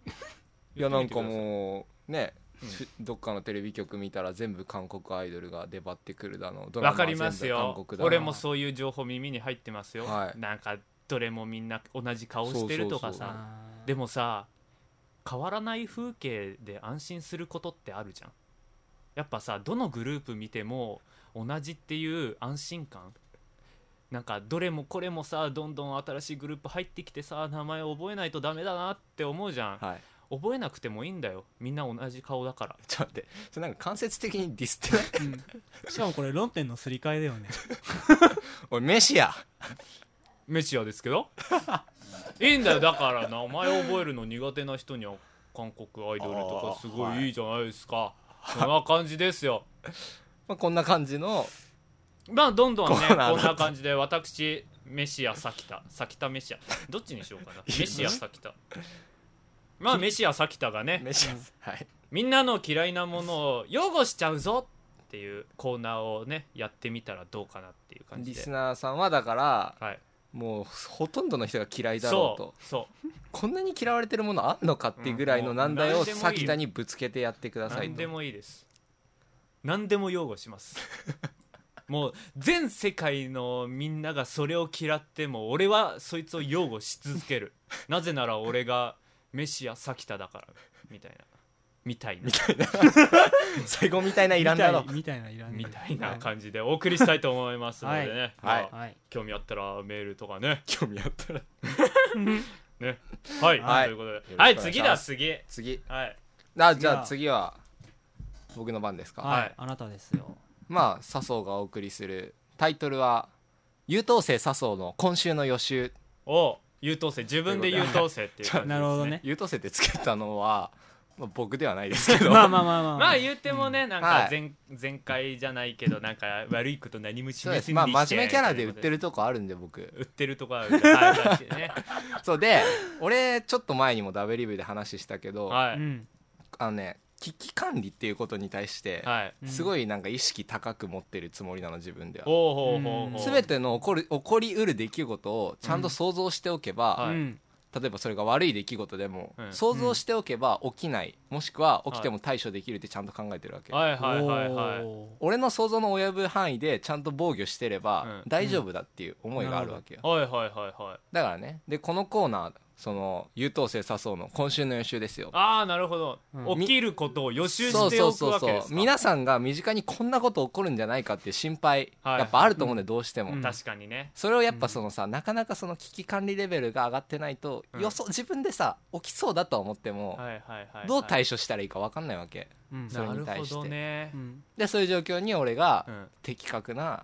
Speaker 3: やなんか
Speaker 1: う
Speaker 3: もうね
Speaker 1: うん
Speaker 3: しどっかのテレビ局見たら全部韓国アイドルが出張ってくるだのドラ
Speaker 1: わ
Speaker 3: マ
Speaker 1: か
Speaker 3: は
Speaker 1: ります
Speaker 3: 全部韓
Speaker 1: よ
Speaker 3: 国だの
Speaker 1: 俺もそういう情報耳に入ってますよ、
Speaker 3: はい
Speaker 1: なんかどれもみんな同じ顔してるとかさ
Speaker 3: そうそうそ
Speaker 1: でもさ変わらない風景で安心することってあるじゃんやっぱさどのグループ見ても同じっていう安心感なんかどれもこれもさどんどん新しいグループ入ってきてさ名前覚えないとダメだなって思うじゃん
Speaker 3: はい
Speaker 1: 覚えなくてもいいんだよみんな同じ顔だから
Speaker 3: ちょっと待ってそれなんか間接的にディスってない *laughs*
Speaker 2: しかもこれ論点のすり替えだよ
Speaker 1: *laughs*
Speaker 2: ね
Speaker 3: おいメシや
Speaker 1: メシアですけど *laughs* いいんだよだから名前覚えるの苦手な人には韓国アイドルとかすご
Speaker 3: あーはい
Speaker 1: いいいじゃないですか、そんな感じですよ
Speaker 3: まあこんな感じの
Speaker 1: まあどんどんね
Speaker 3: コーナーだ
Speaker 1: こんな感じで私メシアサキタサキタメシアどっちにしようかなメシアサキタまあメシアサキタがね
Speaker 3: メシやはい
Speaker 1: みんなの嫌いなものを擁護しちゃうぞっていうコーナーをねやってみたらどうかなっていう感じ
Speaker 3: リス
Speaker 1: で
Speaker 3: ナーさんはだから
Speaker 1: はい
Speaker 3: もうほとんどの人が嫌いだろう
Speaker 1: そ
Speaker 3: と
Speaker 1: うそう
Speaker 3: こんなに嫌われてるものあんのかっていうぐらいの難題
Speaker 1: うんも
Speaker 3: を
Speaker 1: う何でもいいよ
Speaker 3: さきたにぶつけてやってください
Speaker 1: 何
Speaker 3: と
Speaker 1: でもいいです何でも擁護します
Speaker 3: *laughs*
Speaker 1: もう全世界のみんながそれを嫌っても俺はそいつを擁護し続けるなぜなら俺がメシア・サキタだからみたいなみたいな
Speaker 3: 最後みたいないらんだろ
Speaker 2: みたいみたいないらん
Speaker 1: みたいな
Speaker 2: はい
Speaker 1: 感じでお送りしたいと思いますのでね、
Speaker 3: はい
Speaker 1: まあ
Speaker 2: はい
Speaker 1: 興味あったらメールとかね
Speaker 3: 興味あったら
Speaker 1: *laughs* ねはい、
Speaker 3: はい
Speaker 1: ということで
Speaker 3: ろしく
Speaker 1: は
Speaker 3: お願い
Speaker 1: い
Speaker 3: します
Speaker 1: 次だ次
Speaker 3: 次
Speaker 1: はい
Speaker 3: あじゃあ次は僕の番ですか、
Speaker 2: は
Speaker 1: はい
Speaker 2: いあなたです
Speaker 1: *laughs*
Speaker 2: よ
Speaker 3: まあ笹生がお送りするタイトルは「優等生笹生の今週の予習
Speaker 1: お優等生自分で優等生
Speaker 3: *laughs*
Speaker 1: っていう感じです、ね、
Speaker 2: なるほどね」
Speaker 3: 優等生ってつけたのは、まあ、僕ではないですけど
Speaker 2: まあまあまあまあ
Speaker 1: まあ言ってもね、なん
Speaker 3: は
Speaker 1: か
Speaker 3: い
Speaker 1: 前,、前回じゃないけどなんか悪いこと何もし
Speaker 3: *laughs* そう
Speaker 1: め
Speaker 3: で
Speaker 1: ず
Speaker 3: す
Speaker 1: に
Speaker 3: まあ真面目キャラで売って
Speaker 1: る
Speaker 3: るとこあるんで僕
Speaker 1: 売ってるとこあるからはい確か
Speaker 3: *laughs*
Speaker 1: にね
Speaker 3: そうで俺ちょっと前にもダブリブで話したけど、
Speaker 1: は
Speaker 2: う
Speaker 1: い
Speaker 2: ん
Speaker 3: あのね危機管理っていうことに対して、
Speaker 1: はい
Speaker 2: うん
Speaker 3: すごいなんか意識高く持ってるつもりなの自分では
Speaker 1: ほうほうほうほう
Speaker 2: うん
Speaker 3: 全ての起こる起こりうる出来事をちゃんと想像しておけば、
Speaker 1: はい
Speaker 2: うん
Speaker 3: 例えばそれが悪い出来事でも、
Speaker 1: うん
Speaker 3: 想像しておけば起きないもしくは起きても対処できるってちゃんと考えてるわけ、
Speaker 1: はいはいはいはい
Speaker 2: おー
Speaker 3: 俺の想像の及ぶ範囲でちゃんと防御してれば
Speaker 1: うん
Speaker 3: 大丈夫だっていう思いがあるわけよ、
Speaker 1: はいはいはいはい
Speaker 3: だからねでこのコーナーその優等生誘うの今週の予習ですよ
Speaker 1: ああなるほど、
Speaker 2: うん
Speaker 1: 起きることを予習
Speaker 3: そう
Speaker 1: して
Speaker 3: そ
Speaker 1: お
Speaker 3: う
Speaker 1: く
Speaker 3: そ
Speaker 1: わけ
Speaker 3: うそ
Speaker 1: で
Speaker 3: う
Speaker 1: すか
Speaker 3: 皆さんが身近にこんなこと起こるんじゃないかっていう心配
Speaker 1: はい
Speaker 3: やっぱあると思うんで、どうしても、
Speaker 2: うん
Speaker 1: 確かにね
Speaker 3: それをやっぱそのさ、なかなかその危機管理レベルが上がってないと、
Speaker 1: うん
Speaker 3: 予想自分でさ起きそうだとは思っても、
Speaker 1: はいはいはい
Speaker 3: どう対
Speaker 1: 処
Speaker 3: 処したらいいか分かんないわけ
Speaker 2: うん
Speaker 3: それに対し
Speaker 1: なるほ
Speaker 3: て
Speaker 1: どね
Speaker 2: う、ん
Speaker 3: でそういう状況に俺が
Speaker 1: うん
Speaker 3: 的確な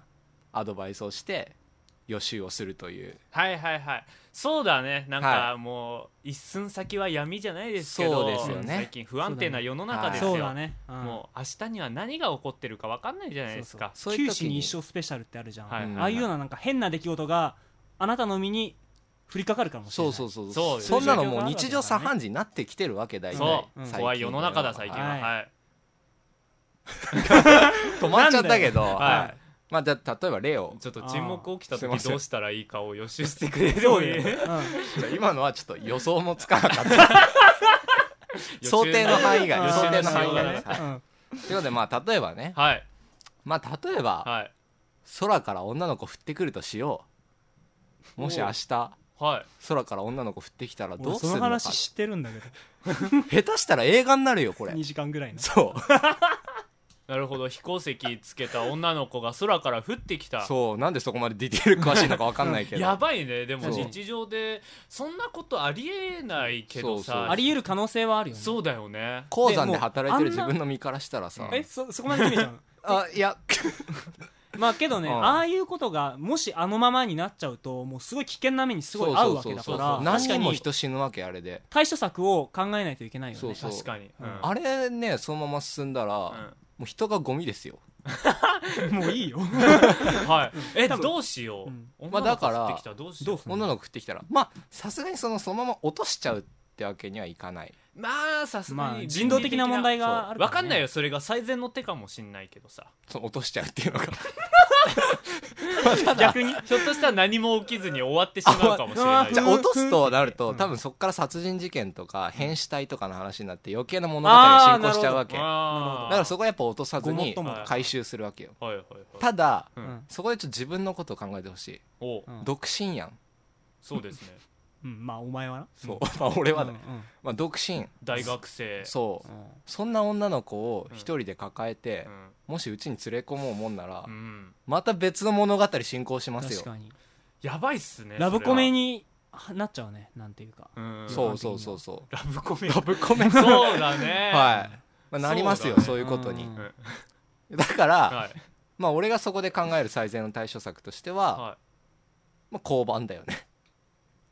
Speaker 3: アドバイスをして予習をするという
Speaker 1: はいはいはいそうだねなんか
Speaker 3: は
Speaker 1: もう一寸先は闇じゃないですけど
Speaker 3: そうですよね
Speaker 1: 最近不安定な世の中
Speaker 3: はい
Speaker 1: ですよ
Speaker 2: そうだねうん
Speaker 1: もう明日には何が起こってるか分かんないじゃないですか
Speaker 3: そういう
Speaker 2: 九死
Speaker 3: 時
Speaker 2: に
Speaker 3: に
Speaker 2: 一生スペシャルってあるじゃん、
Speaker 1: はい
Speaker 3: はいはい
Speaker 2: ああいうようななんか変な出来事があなたの身に降りかかるかもしれ
Speaker 3: そ
Speaker 2: ないう
Speaker 3: そうそう
Speaker 1: そうです
Speaker 3: そんなのもう日常茶飯事になってきてるわけだい
Speaker 1: そ
Speaker 3: た
Speaker 1: う、
Speaker 2: うん
Speaker 1: 怖い世の中だ最近はは、
Speaker 2: はいい
Speaker 3: 止まっちゃったけど、
Speaker 1: だよ
Speaker 3: はいまあじゃあ例えば例を
Speaker 1: ちょっと沈黙起きた
Speaker 3: あーすいま
Speaker 1: 時
Speaker 3: せん
Speaker 1: どうしたらいいかを予習してくれて *laughs* もいい
Speaker 3: じゃあ *laughs* 今のはちょっと予想もつかなかった想定の範囲外想定の範囲
Speaker 2: うんあー
Speaker 1: が
Speaker 3: 外
Speaker 1: ね
Speaker 3: ですはい
Speaker 2: うんうん
Speaker 3: ということでまあ例えばね
Speaker 1: はい
Speaker 3: まあ例えば、
Speaker 1: はい
Speaker 3: 空から女の子降ってくるとしようもし明日
Speaker 1: はい
Speaker 3: 空から女の子降ってきたらど
Speaker 2: 俺
Speaker 3: うす
Speaker 2: そ
Speaker 3: る
Speaker 2: の
Speaker 3: のか
Speaker 2: 話知ってるんだ
Speaker 3: *laughs*
Speaker 2: けど
Speaker 3: 下手したら映画になるよこれ
Speaker 2: 2時間ぐらいの
Speaker 3: そう
Speaker 1: なるほど飛行石つけた女の子が空から降ってきた
Speaker 3: そうなんでそこまでディテール詳しいのか分かんないけど
Speaker 1: やばいねでも
Speaker 3: そう
Speaker 1: 日常でそんなことありえないけど
Speaker 3: そうそう
Speaker 1: さ
Speaker 2: あり得る可能性はあるよね
Speaker 1: そうだよね
Speaker 3: 鉱山で働いてる
Speaker 2: で
Speaker 3: 自
Speaker 2: もう
Speaker 3: 分の身からしたらさ
Speaker 2: えそそこまで決めちゃうの
Speaker 3: あいや
Speaker 2: まあけどね、
Speaker 3: うん
Speaker 2: ああいうことがもしあのままになっちゃうともうすごい危険な目にすごい合うわけだ
Speaker 3: そそ
Speaker 2: か
Speaker 3: そ
Speaker 2: ら
Speaker 3: う何
Speaker 2: 確か
Speaker 3: 人も
Speaker 2: に
Speaker 3: 人死ぬわけあれで
Speaker 2: 対処策を考えないといけないよね
Speaker 3: そうそう
Speaker 1: 確かに、うん
Speaker 3: あれねそのまま進んだら、もう人がゴミですよ
Speaker 2: もういい
Speaker 3: *laughs*
Speaker 2: よ
Speaker 1: うんはいえ
Speaker 2: 多分
Speaker 1: どうしよう、
Speaker 2: うん
Speaker 1: 女
Speaker 3: まあ
Speaker 1: の
Speaker 3: だ
Speaker 1: 子
Speaker 3: から
Speaker 1: 降ってきたらどうしよう
Speaker 3: 女の子降ってきたらまあさすがにそのそのまま落としちゃうってわけにはいかない
Speaker 1: まあさすが
Speaker 2: まあ
Speaker 1: に
Speaker 2: 人道的な問題がある
Speaker 1: わ
Speaker 2: ら
Speaker 1: か
Speaker 2: ね
Speaker 1: んないよそれが最善の手かもしんないけどさ
Speaker 3: その落としちゃうっていうの
Speaker 2: *laughs*
Speaker 3: が
Speaker 1: 逆にひょっとしたら何も起きずに終わってしまうかもしれない
Speaker 3: じゃあ
Speaker 2: うん
Speaker 3: 落とすとなると、
Speaker 2: うん
Speaker 3: 多分そこから殺人事件とか変死体とかの話になって余計な物語が
Speaker 2: あー
Speaker 3: 進行しちゃうわけだか
Speaker 1: あー
Speaker 3: らそこはやっぱ落とさず
Speaker 2: ごもっ
Speaker 3: に
Speaker 2: とも
Speaker 1: だ
Speaker 3: 回収するわけよ
Speaker 1: はいはいはい
Speaker 3: ただ
Speaker 1: う
Speaker 2: うんん
Speaker 3: そこでちょっと自分のことを考えてほしい、
Speaker 1: おう
Speaker 2: うん
Speaker 3: 独身やん
Speaker 1: そうですね
Speaker 2: うんまあお前はな
Speaker 3: そう、 *laughs* まあ俺はね、
Speaker 2: うんうん
Speaker 3: まあ、独身
Speaker 1: 大学生
Speaker 3: そう
Speaker 2: うん
Speaker 3: そんな女の子を一人で抱えて
Speaker 1: う、ん
Speaker 3: もしうちに連れ込もうもんなら、
Speaker 1: うん
Speaker 3: また別の物語進行しますよ
Speaker 2: 確かに
Speaker 1: やばいっすね
Speaker 2: ラブコメ
Speaker 1: に
Speaker 2: になっちゃうねなんていうか
Speaker 1: うん
Speaker 3: そうそうそうそう
Speaker 1: ラブコメ
Speaker 3: ラブコメ *laughs* はい、
Speaker 1: そうだね
Speaker 3: まあ、なります
Speaker 1: そ
Speaker 3: よ
Speaker 1: うだね
Speaker 3: そういうことに
Speaker 2: ん
Speaker 1: うん
Speaker 3: だから、
Speaker 1: はい
Speaker 3: まあ俺がそこで考える最善の対処策としては、
Speaker 1: はい
Speaker 3: まあ、交番だよね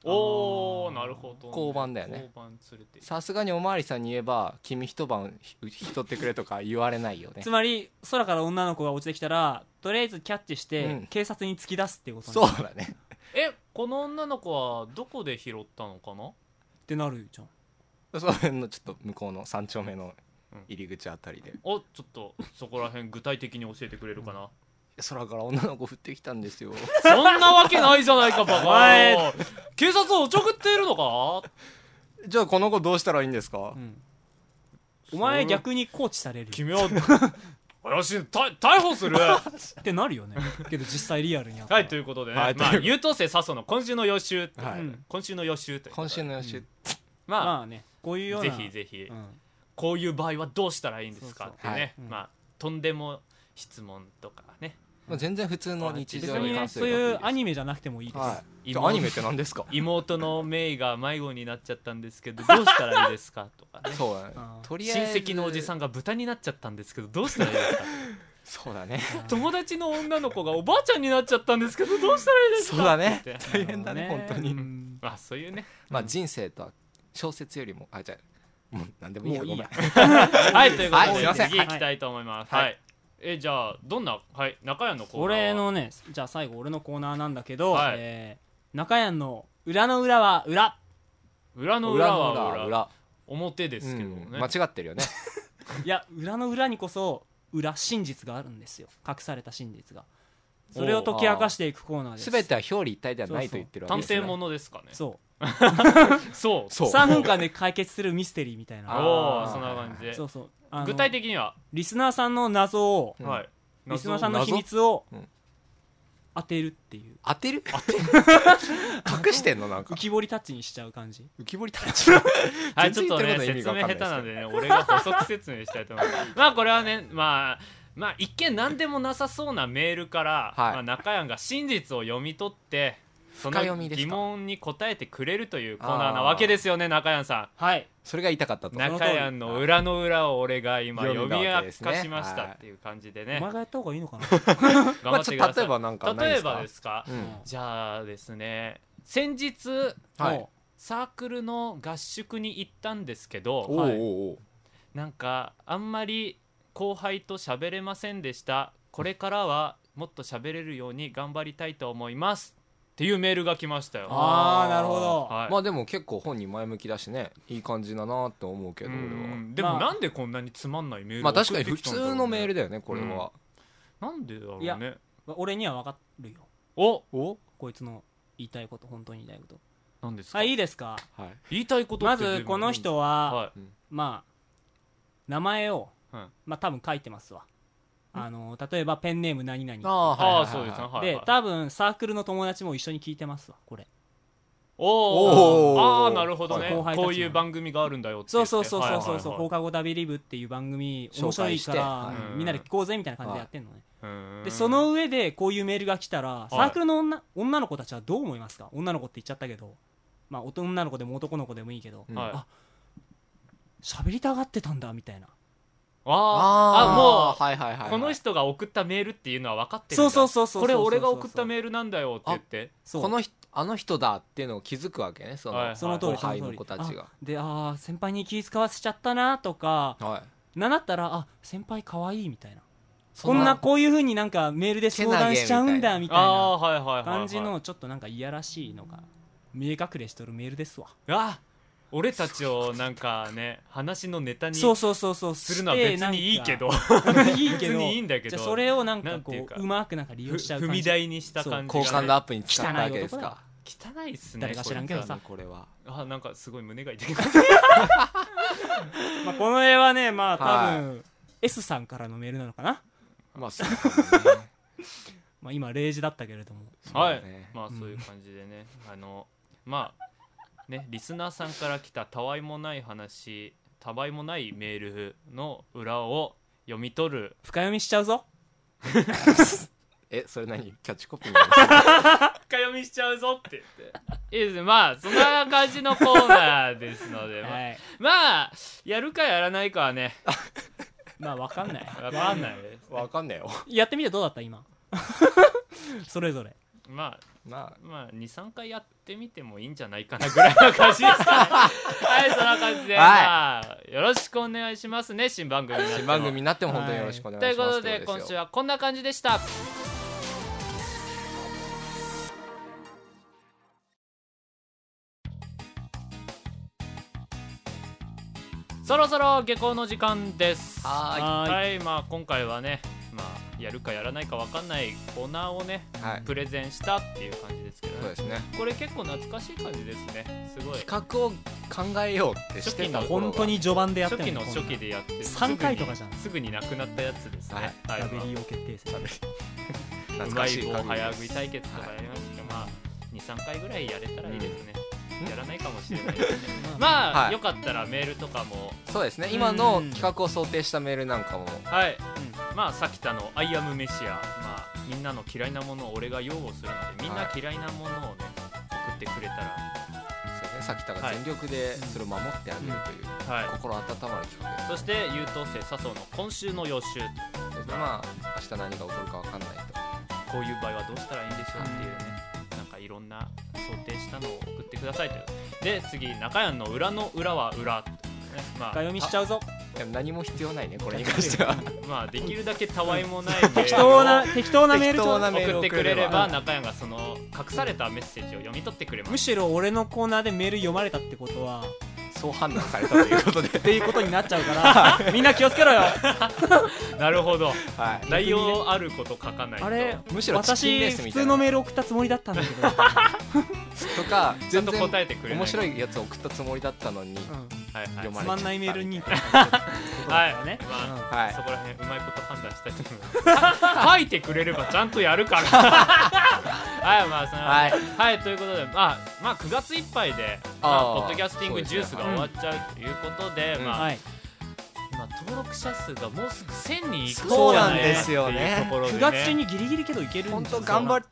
Speaker 1: おお
Speaker 2: あー
Speaker 1: なるほどね
Speaker 3: 交番だよね
Speaker 1: 交番連れて
Speaker 3: さすがにおまわりさんに言えば「君一晩ひひとってくれ」とか言われないよね
Speaker 2: つまり空から女の子が落ちてきたらとりあえずキャッチし
Speaker 3: う
Speaker 2: て
Speaker 3: ん
Speaker 2: 警察に突き出すっていうことに
Speaker 3: そうだね
Speaker 1: えこの女の子はどこで拾ったのかな
Speaker 2: ってなるじゃん
Speaker 3: その辺のちょっと向こうの3丁目の入り口あたりで
Speaker 1: おちょっとそこら辺具体的に教えてくれるかな
Speaker 3: 空から女の子降ってきたんですよ *laughs*
Speaker 1: そんなわけないじゃないかバカ
Speaker 2: お前
Speaker 1: 野郎警察をおちょくっているのか
Speaker 3: じゃあこの子どうしたらいいんですか、
Speaker 2: うんお前
Speaker 1: それ
Speaker 2: 逆にコーチされるよ
Speaker 1: 君は怪しいた逮捕するは
Speaker 2: ってなるよ
Speaker 3: *laughs*
Speaker 2: ねけど実際リアルにあった
Speaker 1: いということでね、
Speaker 3: はい
Speaker 1: まあ
Speaker 3: ということ
Speaker 1: 優等生笹の今週の予習、
Speaker 3: はい
Speaker 2: うん
Speaker 1: 今週の予習ということ
Speaker 3: 今
Speaker 1: で
Speaker 3: 週の予習、
Speaker 2: うん
Speaker 1: まあ、
Speaker 2: まあねこういうよう
Speaker 1: ぜ
Speaker 2: な
Speaker 1: ひぜひ、
Speaker 2: うん
Speaker 1: こういう場合はどうしたらいいんですかってね、
Speaker 3: そうそうはい
Speaker 2: うん
Speaker 1: まあとんでも質問とかね
Speaker 3: まあ、全然普通の日
Speaker 2: 別
Speaker 3: 常
Speaker 2: に
Speaker 3: に
Speaker 2: ね
Speaker 3: 関す
Speaker 2: そう
Speaker 3: る
Speaker 2: いう
Speaker 3: こと
Speaker 2: ア
Speaker 3: で
Speaker 2: ニメじゃなくてもいい
Speaker 3: す
Speaker 2: で
Speaker 3: はいじゃ
Speaker 1: 今
Speaker 3: あアニメって何ですか
Speaker 1: 妹のメイが迷子になっちゃったんですけどどうしたらいいですかとかね
Speaker 3: そうだね
Speaker 2: あー
Speaker 3: とりあ
Speaker 1: 親
Speaker 3: えず
Speaker 1: 戚のおじさ
Speaker 3: ん
Speaker 1: んが豚になっちゃったんですけどどうしたらいいですか
Speaker 3: そうだね
Speaker 2: す
Speaker 1: 友達の女の子がおばあちゃんになっちゃったんですけどどうしたらいいですか
Speaker 3: そうだね
Speaker 1: って言って
Speaker 3: 大変だね本当に
Speaker 2: うん
Speaker 1: *laughs* まあそういうね
Speaker 3: まあ人生とは小説よりもあじゃあもう何でもいいや
Speaker 2: もういいや
Speaker 3: ごめん
Speaker 1: はいということで、
Speaker 3: はいすいません
Speaker 1: 次行きたいと思いますは、
Speaker 3: はいい
Speaker 1: えじゃあどんなはい中谷のコーナーは
Speaker 2: 俺のねじゃあ最後俺のコーナーなんだけど、
Speaker 1: はい
Speaker 2: えー中谷の裏の裏は裏
Speaker 1: 裏の裏
Speaker 3: 裏の
Speaker 1: は
Speaker 3: 裏
Speaker 1: 裏
Speaker 3: は裏
Speaker 1: 表ですけどね、
Speaker 3: うん間違ってる
Speaker 2: *laughs*
Speaker 3: よね
Speaker 2: いや裏の裏にこそ裏真実があるんですよ隠された真実がそれを解き明かしていくコーナーです
Speaker 3: 全ては表裏一体ではないと
Speaker 2: そうそう
Speaker 3: 言ってるわ
Speaker 1: 探
Speaker 3: けですね
Speaker 1: 偵ものですかね
Speaker 2: そう
Speaker 1: そう
Speaker 3: そう
Speaker 2: 3分間で解決するミステリーみたい
Speaker 1: お
Speaker 2: な
Speaker 3: あ
Speaker 1: おーそんな感じで
Speaker 2: そうそうあの
Speaker 1: 具体的には、
Speaker 2: リスナーさんの謎を
Speaker 3: うん
Speaker 1: はい
Speaker 2: リス
Speaker 1: 謎
Speaker 2: ナーさん
Speaker 1: を
Speaker 2: の秘密を
Speaker 3: 謎うん
Speaker 2: 当てるっていう
Speaker 3: 当
Speaker 1: *laughs*
Speaker 3: てる隠してんのなんか
Speaker 2: 浮き彫りタッチにしちゃう感じ
Speaker 3: 浮き彫りタッ
Speaker 1: *laughs*
Speaker 3: チ
Speaker 1: は、
Speaker 3: はいい
Speaker 1: ちょっとね
Speaker 3: 全然言
Speaker 1: 説明
Speaker 3: ってること
Speaker 1: 下
Speaker 3: の意味が分
Speaker 1: 手なん
Speaker 3: かんないですけど
Speaker 1: でね俺が補足説明したいと思います
Speaker 3: *laughs*
Speaker 1: まあこれはねまあまあ一見何でもなさそうなメールから、
Speaker 3: はい
Speaker 1: まあ、中山が真実を読み取ってそ
Speaker 3: 深読
Speaker 1: の
Speaker 3: みですか
Speaker 1: 疑問に答えてくれるというコーナーなわけですよね中山さ
Speaker 2: はい
Speaker 3: それが痛かった
Speaker 1: ん
Speaker 3: と
Speaker 2: な
Speaker 1: 中山の裏の裏を俺が今
Speaker 3: 読
Speaker 1: 読
Speaker 3: んだ
Speaker 1: み
Speaker 3: わ
Speaker 1: 明
Speaker 3: けですね
Speaker 1: かしましたっていう感じで
Speaker 2: お
Speaker 1: ね
Speaker 2: 前がやった方がいいのかな
Speaker 1: 頑張ってくだ
Speaker 3: まあち
Speaker 1: さ
Speaker 3: ょ例
Speaker 1: い、
Speaker 3: えばなんかない
Speaker 1: 例え
Speaker 3: ですか
Speaker 1: ばですか、
Speaker 3: うん
Speaker 2: うん
Speaker 1: じゃあですね先日
Speaker 3: はい
Speaker 2: も
Speaker 1: サークルの合宿に行ったんですけど
Speaker 3: おうおうおう
Speaker 1: なんかあんまり後輩と喋れませんでしたこれからはもっと喋れるように頑張りたいと思いますっていうメールが来ました
Speaker 2: う
Speaker 1: よ
Speaker 2: あ
Speaker 3: あー
Speaker 2: あなるほど
Speaker 1: はい、
Speaker 3: まあでも結構本人前向きだしねいい感じだなって思うけど
Speaker 1: う
Speaker 3: 俺は
Speaker 1: んで
Speaker 2: ま
Speaker 1: も
Speaker 2: あ
Speaker 1: なんでこんなにつまんないメール
Speaker 3: ま
Speaker 1: を
Speaker 3: あ
Speaker 1: 送っ
Speaker 3: 確かに
Speaker 1: て
Speaker 3: 普
Speaker 1: きたんだろうね
Speaker 3: 通のメールだよねこれは
Speaker 1: なんでだろう
Speaker 2: いや
Speaker 1: ね
Speaker 2: 俺には分かるよ
Speaker 1: お
Speaker 3: お
Speaker 2: こいつの言いたいこと本当に言いたいこと
Speaker 1: なんですか、
Speaker 2: はいいいですか
Speaker 3: はい
Speaker 1: 言いたいこと
Speaker 2: ま
Speaker 1: ってどういう
Speaker 2: ずこの人
Speaker 1: は、
Speaker 2: は、
Speaker 1: は
Speaker 2: まあ名前を、
Speaker 1: いはい、
Speaker 2: まあ、多分書いてますわあの例えばペンネーム何々
Speaker 3: ああはい
Speaker 1: あ
Speaker 3: はい
Speaker 1: あそうですね
Speaker 3: は
Speaker 1: はい、はい、
Speaker 2: で多分サークルの友達も一緒に聞いてますわこれ
Speaker 1: お
Speaker 3: お
Speaker 1: お
Speaker 3: ー
Speaker 1: ああなるほどね
Speaker 2: 後輩たちの
Speaker 1: こういう番組があるんだよって
Speaker 2: そ
Speaker 1: 言
Speaker 2: う
Speaker 1: って
Speaker 2: そうそうそうそうそう、
Speaker 1: はいはい
Speaker 2: 放課後ダビリブっていう番組面白いから、
Speaker 3: 紹
Speaker 1: 介してはい
Speaker 2: うんみんなで聞こうぜみたいな感じでやってんのね、
Speaker 1: はいうん
Speaker 2: でその上でこういうメールが来たらサークルの女,、女の子たちはどう思いますか女の子って言っちゃったけどまあ女の子でも男の子でもいいけど
Speaker 3: うん
Speaker 1: はい
Speaker 2: あ喋、りたがってたんだみたいな
Speaker 1: あーあもう
Speaker 3: ーはいはいはい
Speaker 1: この人が送ったメールっていうのは分かってるん
Speaker 2: そ
Speaker 1: だ
Speaker 2: うそうそうそう
Speaker 1: これ俺が送った
Speaker 2: ール
Speaker 1: メールなんだよって言って
Speaker 2: そう
Speaker 3: この人あの人だっていうのを気づくわけねその、
Speaker 1: はいはい
Speaker 2: その通り
Speaker 3: 後輩
Speaker 2: そ
Speaker 3: の
Speaker 2: 通り
Speaker 3: 子たちが
Speaker 2: あでああ先輩に気使わせちゃったなとか
Speaker 3: はい
Speaker 2: なんだったらあ先輩可愛いみたいな
Speaker 3: そ
Speaker 2: こんなこういうふうになんかメールで相談しちゃうんだみたいな
Speaker 1: ああーはいはいはい、はい、
Speaker 2: 感じのちょっとなんかいやらしいのが見え隠れしとるメールですわ
Speaker 1: あ俺たちをなんかね話のネタに
Speaker 2: そう
Speaker 1: す
Speaker 2: そうそうそう
Speaker 1: るのは別にいいけど
Speaker 2: いい
Speaker 1: *laughs*
Speaker 2: け
Speaker 1: 別
Speaker 2: ど
Speaker 1: にいいんだけ
Speaker 2: じ
Speaker 1: ど
Speaker 2: ゃあそれをなんか
Speaker 1: なんて
Speaker 2: こ
Speaker 1: いう
Speaker 2: う
Speaker 1: か
Speaker 2: うまくなんか利
Speaker 1: ふ
Speaker 2: 用しちゃう
Speaker 1: 踏
Speaker 2: 感
Speaker 1: み
Speaker 2: じ
Speaker 1: 台にした感じ
Speaker 3: 好
Speaker 1: が
Speaker 3: 感度アップに使ったわけです
Speaker 2: 汚い男
Speaker 3: か
Speaker 1: 汚いっすね
Speaker 2: 誰か知らんけど
Speaker 1: こいつ
Speaker 2: さ
Speaker 1: は
Speaker 2: だ
Speaker 3: これは
Speaker 1: あなんかすごい胸が痛い
Speaker 2: *laughs* まあこの絵はねまあ
Speaker 3: はい
Speaker 2: 多分 S さんからのメールなのかな
Speaker 3: まあそうかもね
Speaker 2: まあ今0時だったけれども
Speaker 1: はい、
Speaker 3: そうね
Speaker 1: まあそういう感じでね、あのまあねリスナーさんから来たたわいもない話たわいもないメールの裏を読み取る
Speaker 2: 深読みしちゃうぞ
Speaker 3: えそれ何キャッチコピーなの
Speaker 1: 深読みしちゃうぞって言っていいですねまあそんな感じのコーナーですの *laughs* で、まあ
Speaker 2: はい
Speaker 1: まあやるかやらないかはね
Speaker 2: まあわかんない
Speaker 1: 分かんないです
Speaker 3: わかんないよ
Speaker 2: やってみてどうだった今 *laughs* それぞれ
Speaker 1: まあ
Speaker 3: ま
Speaker 1: まあ23回やってみてもいいんじゃないかなぐらいの感じですかねはいそんな感じで、
Speaker 3: はい
Speaker 1: まあ、よろしくお願いしますね新番組にな
Speaker 3: あ
Speaker 1: っても
Speaker 3: 新番組になっても本当によろしくお願い
Speaker 1: という
Speaker 3: し
Speaker 1: こ
Speaker 3: ます
Speaker 1: とで今週
Speaker 3: は
Speaker 1: はこんな感じでしたそろそろ下校の時間です
Speaker 3: はーい
Speaker 1: はい
Speaker 2: は
Speaker 1: まあ今回はねまあやるかやらないかわかんないコーナーをね
Speaker 3: はい
Speaker 1: プレゼンしたっていう感じですけど、
Speaker 3: そう
Speaker 1: ね
Speaker 3: で、すね
Speaker 1: これ結構懐かしい感じですねすごい
Speaker 3: 企画を考えようってしてた
Speaker 1: 初期の
Speaker 3: 頃が
Speaker 2: 本当に序盤でやって
Speaker 1: 初
Speaker 2: る
Speaker 1: 期の初期でやってる
Speaker 2: 3回とかじゃ
Speaker 1: す
Speaker 2: ん
Speaker 1: ぐにすぐになくなったやつですね、はいま
Speaker 2: ラベ
Speaker 1: あ
Speaker 2: リーを決定戦
Speaker 1: う
Speaker 3: 懐
Speaker 1: ま
Speaker 3: か
Speaker 1: い
Speaker 3: しい
Speaker 1: 棒
Speaker 3: 限り
Speaker 1: 早
Speaker 3: です
Speaker 1: 食い対決とかやりましたけど、まあ23回ぐらいやれたらいいですね、
Speaker 3: うん
Speaker 1: やらないかもしれないですね
Speaker 3: *laughs*
Speaker 1: まあ、
Speaker 3: はい
Speaker 1: よかったらメールとかも
Speaker 3: そうですね今の企画を想定したメールなんかも
Speaker 1: はい、まあさきたの「アイアムメシア」まあみんなの嫌いなものを俺が擁護するのでみんな
Speaker 3: は
Speaker 1: 嫌いなものをね、送ってくれた
Speaker 3: そうねさきたが全力でそれを守ってあげるという
Speaker 1: らはい
Speaker 3: 心温まる企画です
Speaker 1: そして優等生笹生の今週の予習
Speaker 3: でまあ明日何が起こるか分かんない
Speaker 1: こういう場合はどうしたらいいんでしょうっていうねなんかいろんな想定したのを送ってくださいというで次中山の裏の裏は裏、ねまあ
Speaker 2: 深、読みしちゃうぞ
Speaker 3: といや何も必要ないねこれに関しては
Speaker 1: まあできるだけたわいもない
Speaker 3: *laughs*
Speaker 1: メールを
Speaker 2: 適当な適当なメール
Speaker 3: 適当
Speaker 2: と
Speaker 3: なメール
Speaker 1: 送
Speaker 3: を
Speaker 1: って
Speaker 3: 送れば
Speaker 1: くれれば中山がその隠されたメッセージを読み取ってくれま
Speaker 2: む
Speaker 1: す
Speaker 2: しろ俺のコーナーでメール読まれたってことは
Speaker 3: そう判断されたということで
Speaker 2: っていうことになっちゃうから *laughs* みんな気をつけろよ
Speaker 1: なるほど
Speaker 3: はい
Speaker 1: 内容あること書かないと
Speaker 2: あれ
Speaker 3: むしろチキンレー
Speaker 2: 私
Speaker 3: スみ
Speaker 2: 普
Speaker 3: た
Speaker 2: 通
Speaker 3: い
Speaker 2: の
Speaker 3: な
Speaker 2: メール送ったつもりだったんだけど、
Speaker 3: とか
Speaker 1: ちゃん
Speaker 3: 全
Speaker 1: と
Speaker 3: 然
Speaker 1: 答えてくれない
Speaker 3: 面白いやつ送ったつもりだったのに
Speaker 2: うん
Speaker 1: はいはい
Speaker 3: 読ま
Speaker 2: つ
Speaker 3: れ
Speaker 2: まんないメールに
Speaker 1: はい、
Speaker 2: ね
Speaker 1: まあ
Speaker 3: はい
Speaker 1: そこら辺うまいこと判断したいと思い
Speaker 3: *laughs*
Speaker 1: ます書いてくれればちゃんとやるからはいまあその
Speaker 3: はい
Speaker 1: はい、ということで、まあ、まあ9月いっぱいで、まあ
Speaker 3: あー
Speaker 1: ポッドキャスティングジュースが終わっちゃうということで、
Speaker 3: うん
Speaker 1: まあ
Speaker 2: はい
Speaker 1: 今登録者数がもうすぐ1000人いく
Speaker 3: そうなん
Speaker 1: じゃい
Speaker 3: ですよね
Speaker 1: っていうところで
Speaker 2: 9
Speaker 1: ね
Speaker 2: 月中にギリギリけどいけるん
Speaker 3: 本
Speaker 2: ですよ
Speaker 3: 当頑張り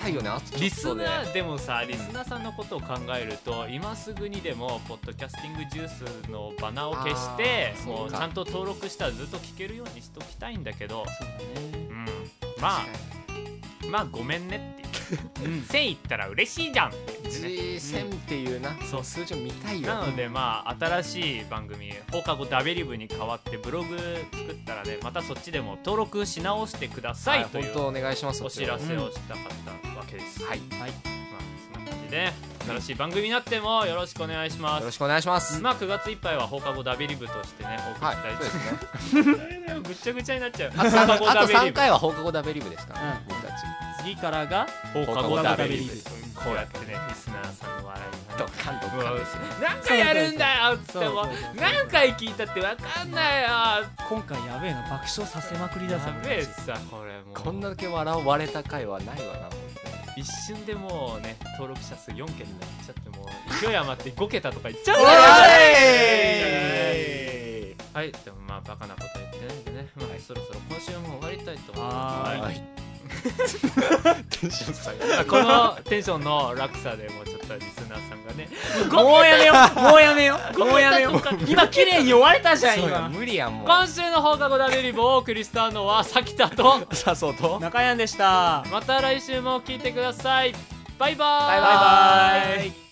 Speaker 3: たいよねあとちょっとで
Speaker 1: リスナーでもさリスナーさんのことを考えると今すぐにでもポッドキャスティングジュースのバナーを消して
Speaker 3: あー
Speaker 1: も
Speaker 3: そうう
Speaker 1: ち
Speaker 3: か
Speaker 1: ゃんと登録したらずっと聞けるようにしときたいんだけど、
Speaker 2: そうだね
Speaker 1: うん、まあまあごめんねって
Speaker 2: うん
Speaker 1: 1000いったら嬉しいじゃんって言ってね
Speaker 3: G1000 っていうな、
Speaker 1: そう
Speaker 3: 数字を見たいよ
Speaker 1: なのでまあ新しい番組放課後ダベリブに変わってブログ作ったらねまたそっちでも登録し直してくださ
Speaker 3: はいい
Speaker 1: とい
Speaker 3: 本
Speaker 1: う
Speaker 3: 当お願いします
Speaker 1: お知ら
Speaker 3: そ
Speaker 1: せをしたかったわけです、
Speaker 3: ちらはいよ
Speaker 2: はい
Speaker 1: まあそんな感じで新しい番組になってもよろしくお願いします
Speaker 3: ろしくお願いします
Speaker 1: まあ9月いっぱいは放課後ダベリブとしてねお送り
Speaker 3: はい
Speaker 1: したい
Speaker 3: そうですね
Speaker 1: *laughs* ぐっちゃぐちゃになっちゃう
Speaker 3: あと三
Speaker 1: 放課後ダ
Speaker 3: あと
Speaker 1: ベリ
Speaker 3: 三
Speaker 1: ブ
Speaker 3: 回は放課後ダベリブですから、
Speaker 2: うん
Speaker 3: 僕たち
Speaker 2: 次からが
Speaker 1: 放課後
Speaker 3: 放課後
Speaker 1: ダ
Speaker 3: ダ
Speaker 1: ベ
Speaker 3: ベ
Speaker 1: リ
Speaker 3: リ
Speaker 1: ブ
Speaker 3: ブ
Speaker 1: こうやってねリスナーさんの笑いに
Speaker 3: ドッカンドッカンですよ
Speaker 1: なんかやるんだよっつっても
Speaker 2: そうそうそうそう
Speaker 1: 何回聞いたってわかんないよ
Speaker 2: 今回やべえな爆笑させまくりだぞ
Speaker 1: やべえさこれもう
Speaker 3: こんなだけ笑われた回はないわな本
Speaker 1: 一瞬でもうね登録者数4桁になっちゃってもう勢い余って5桁とかいっちゃ
Speaker 3: 当
Speaker 1: うん
Speaker 3: に
Speaker 1: だよ
Speaker 3: お
Speaker 1: は
Speaker 3: い
Speaker 1: いでもまあバカなこと言ってないんでね、まあそろそろ今週も終わりたいと思います
Speaker 2: はーい
Speaker 1: は
Speaker 3: はいいテンション下が
Speaker 1: まあこのテンションの落差でもうちょっとリスナーさんがね
Speaker 2: もうやめようもうやめよう
Speaker 1: ごめん
Speaker 2: もうやめよ
Speaker 1: ごめん
Speaker 2: う今綺麗に終われたじゃん
Speaker 3: そうよ
Speaker 2: 今
Speaker 3: 無理やんもう
Speaker 1: 今週の放課後ダメリブをお送りしたのはさきたと
Speaker 3: さそうと
Speaker 2: 中山でした
Speaker 1: また来週も聞いてくださいバイバーイ
Speaker 3: バイバイ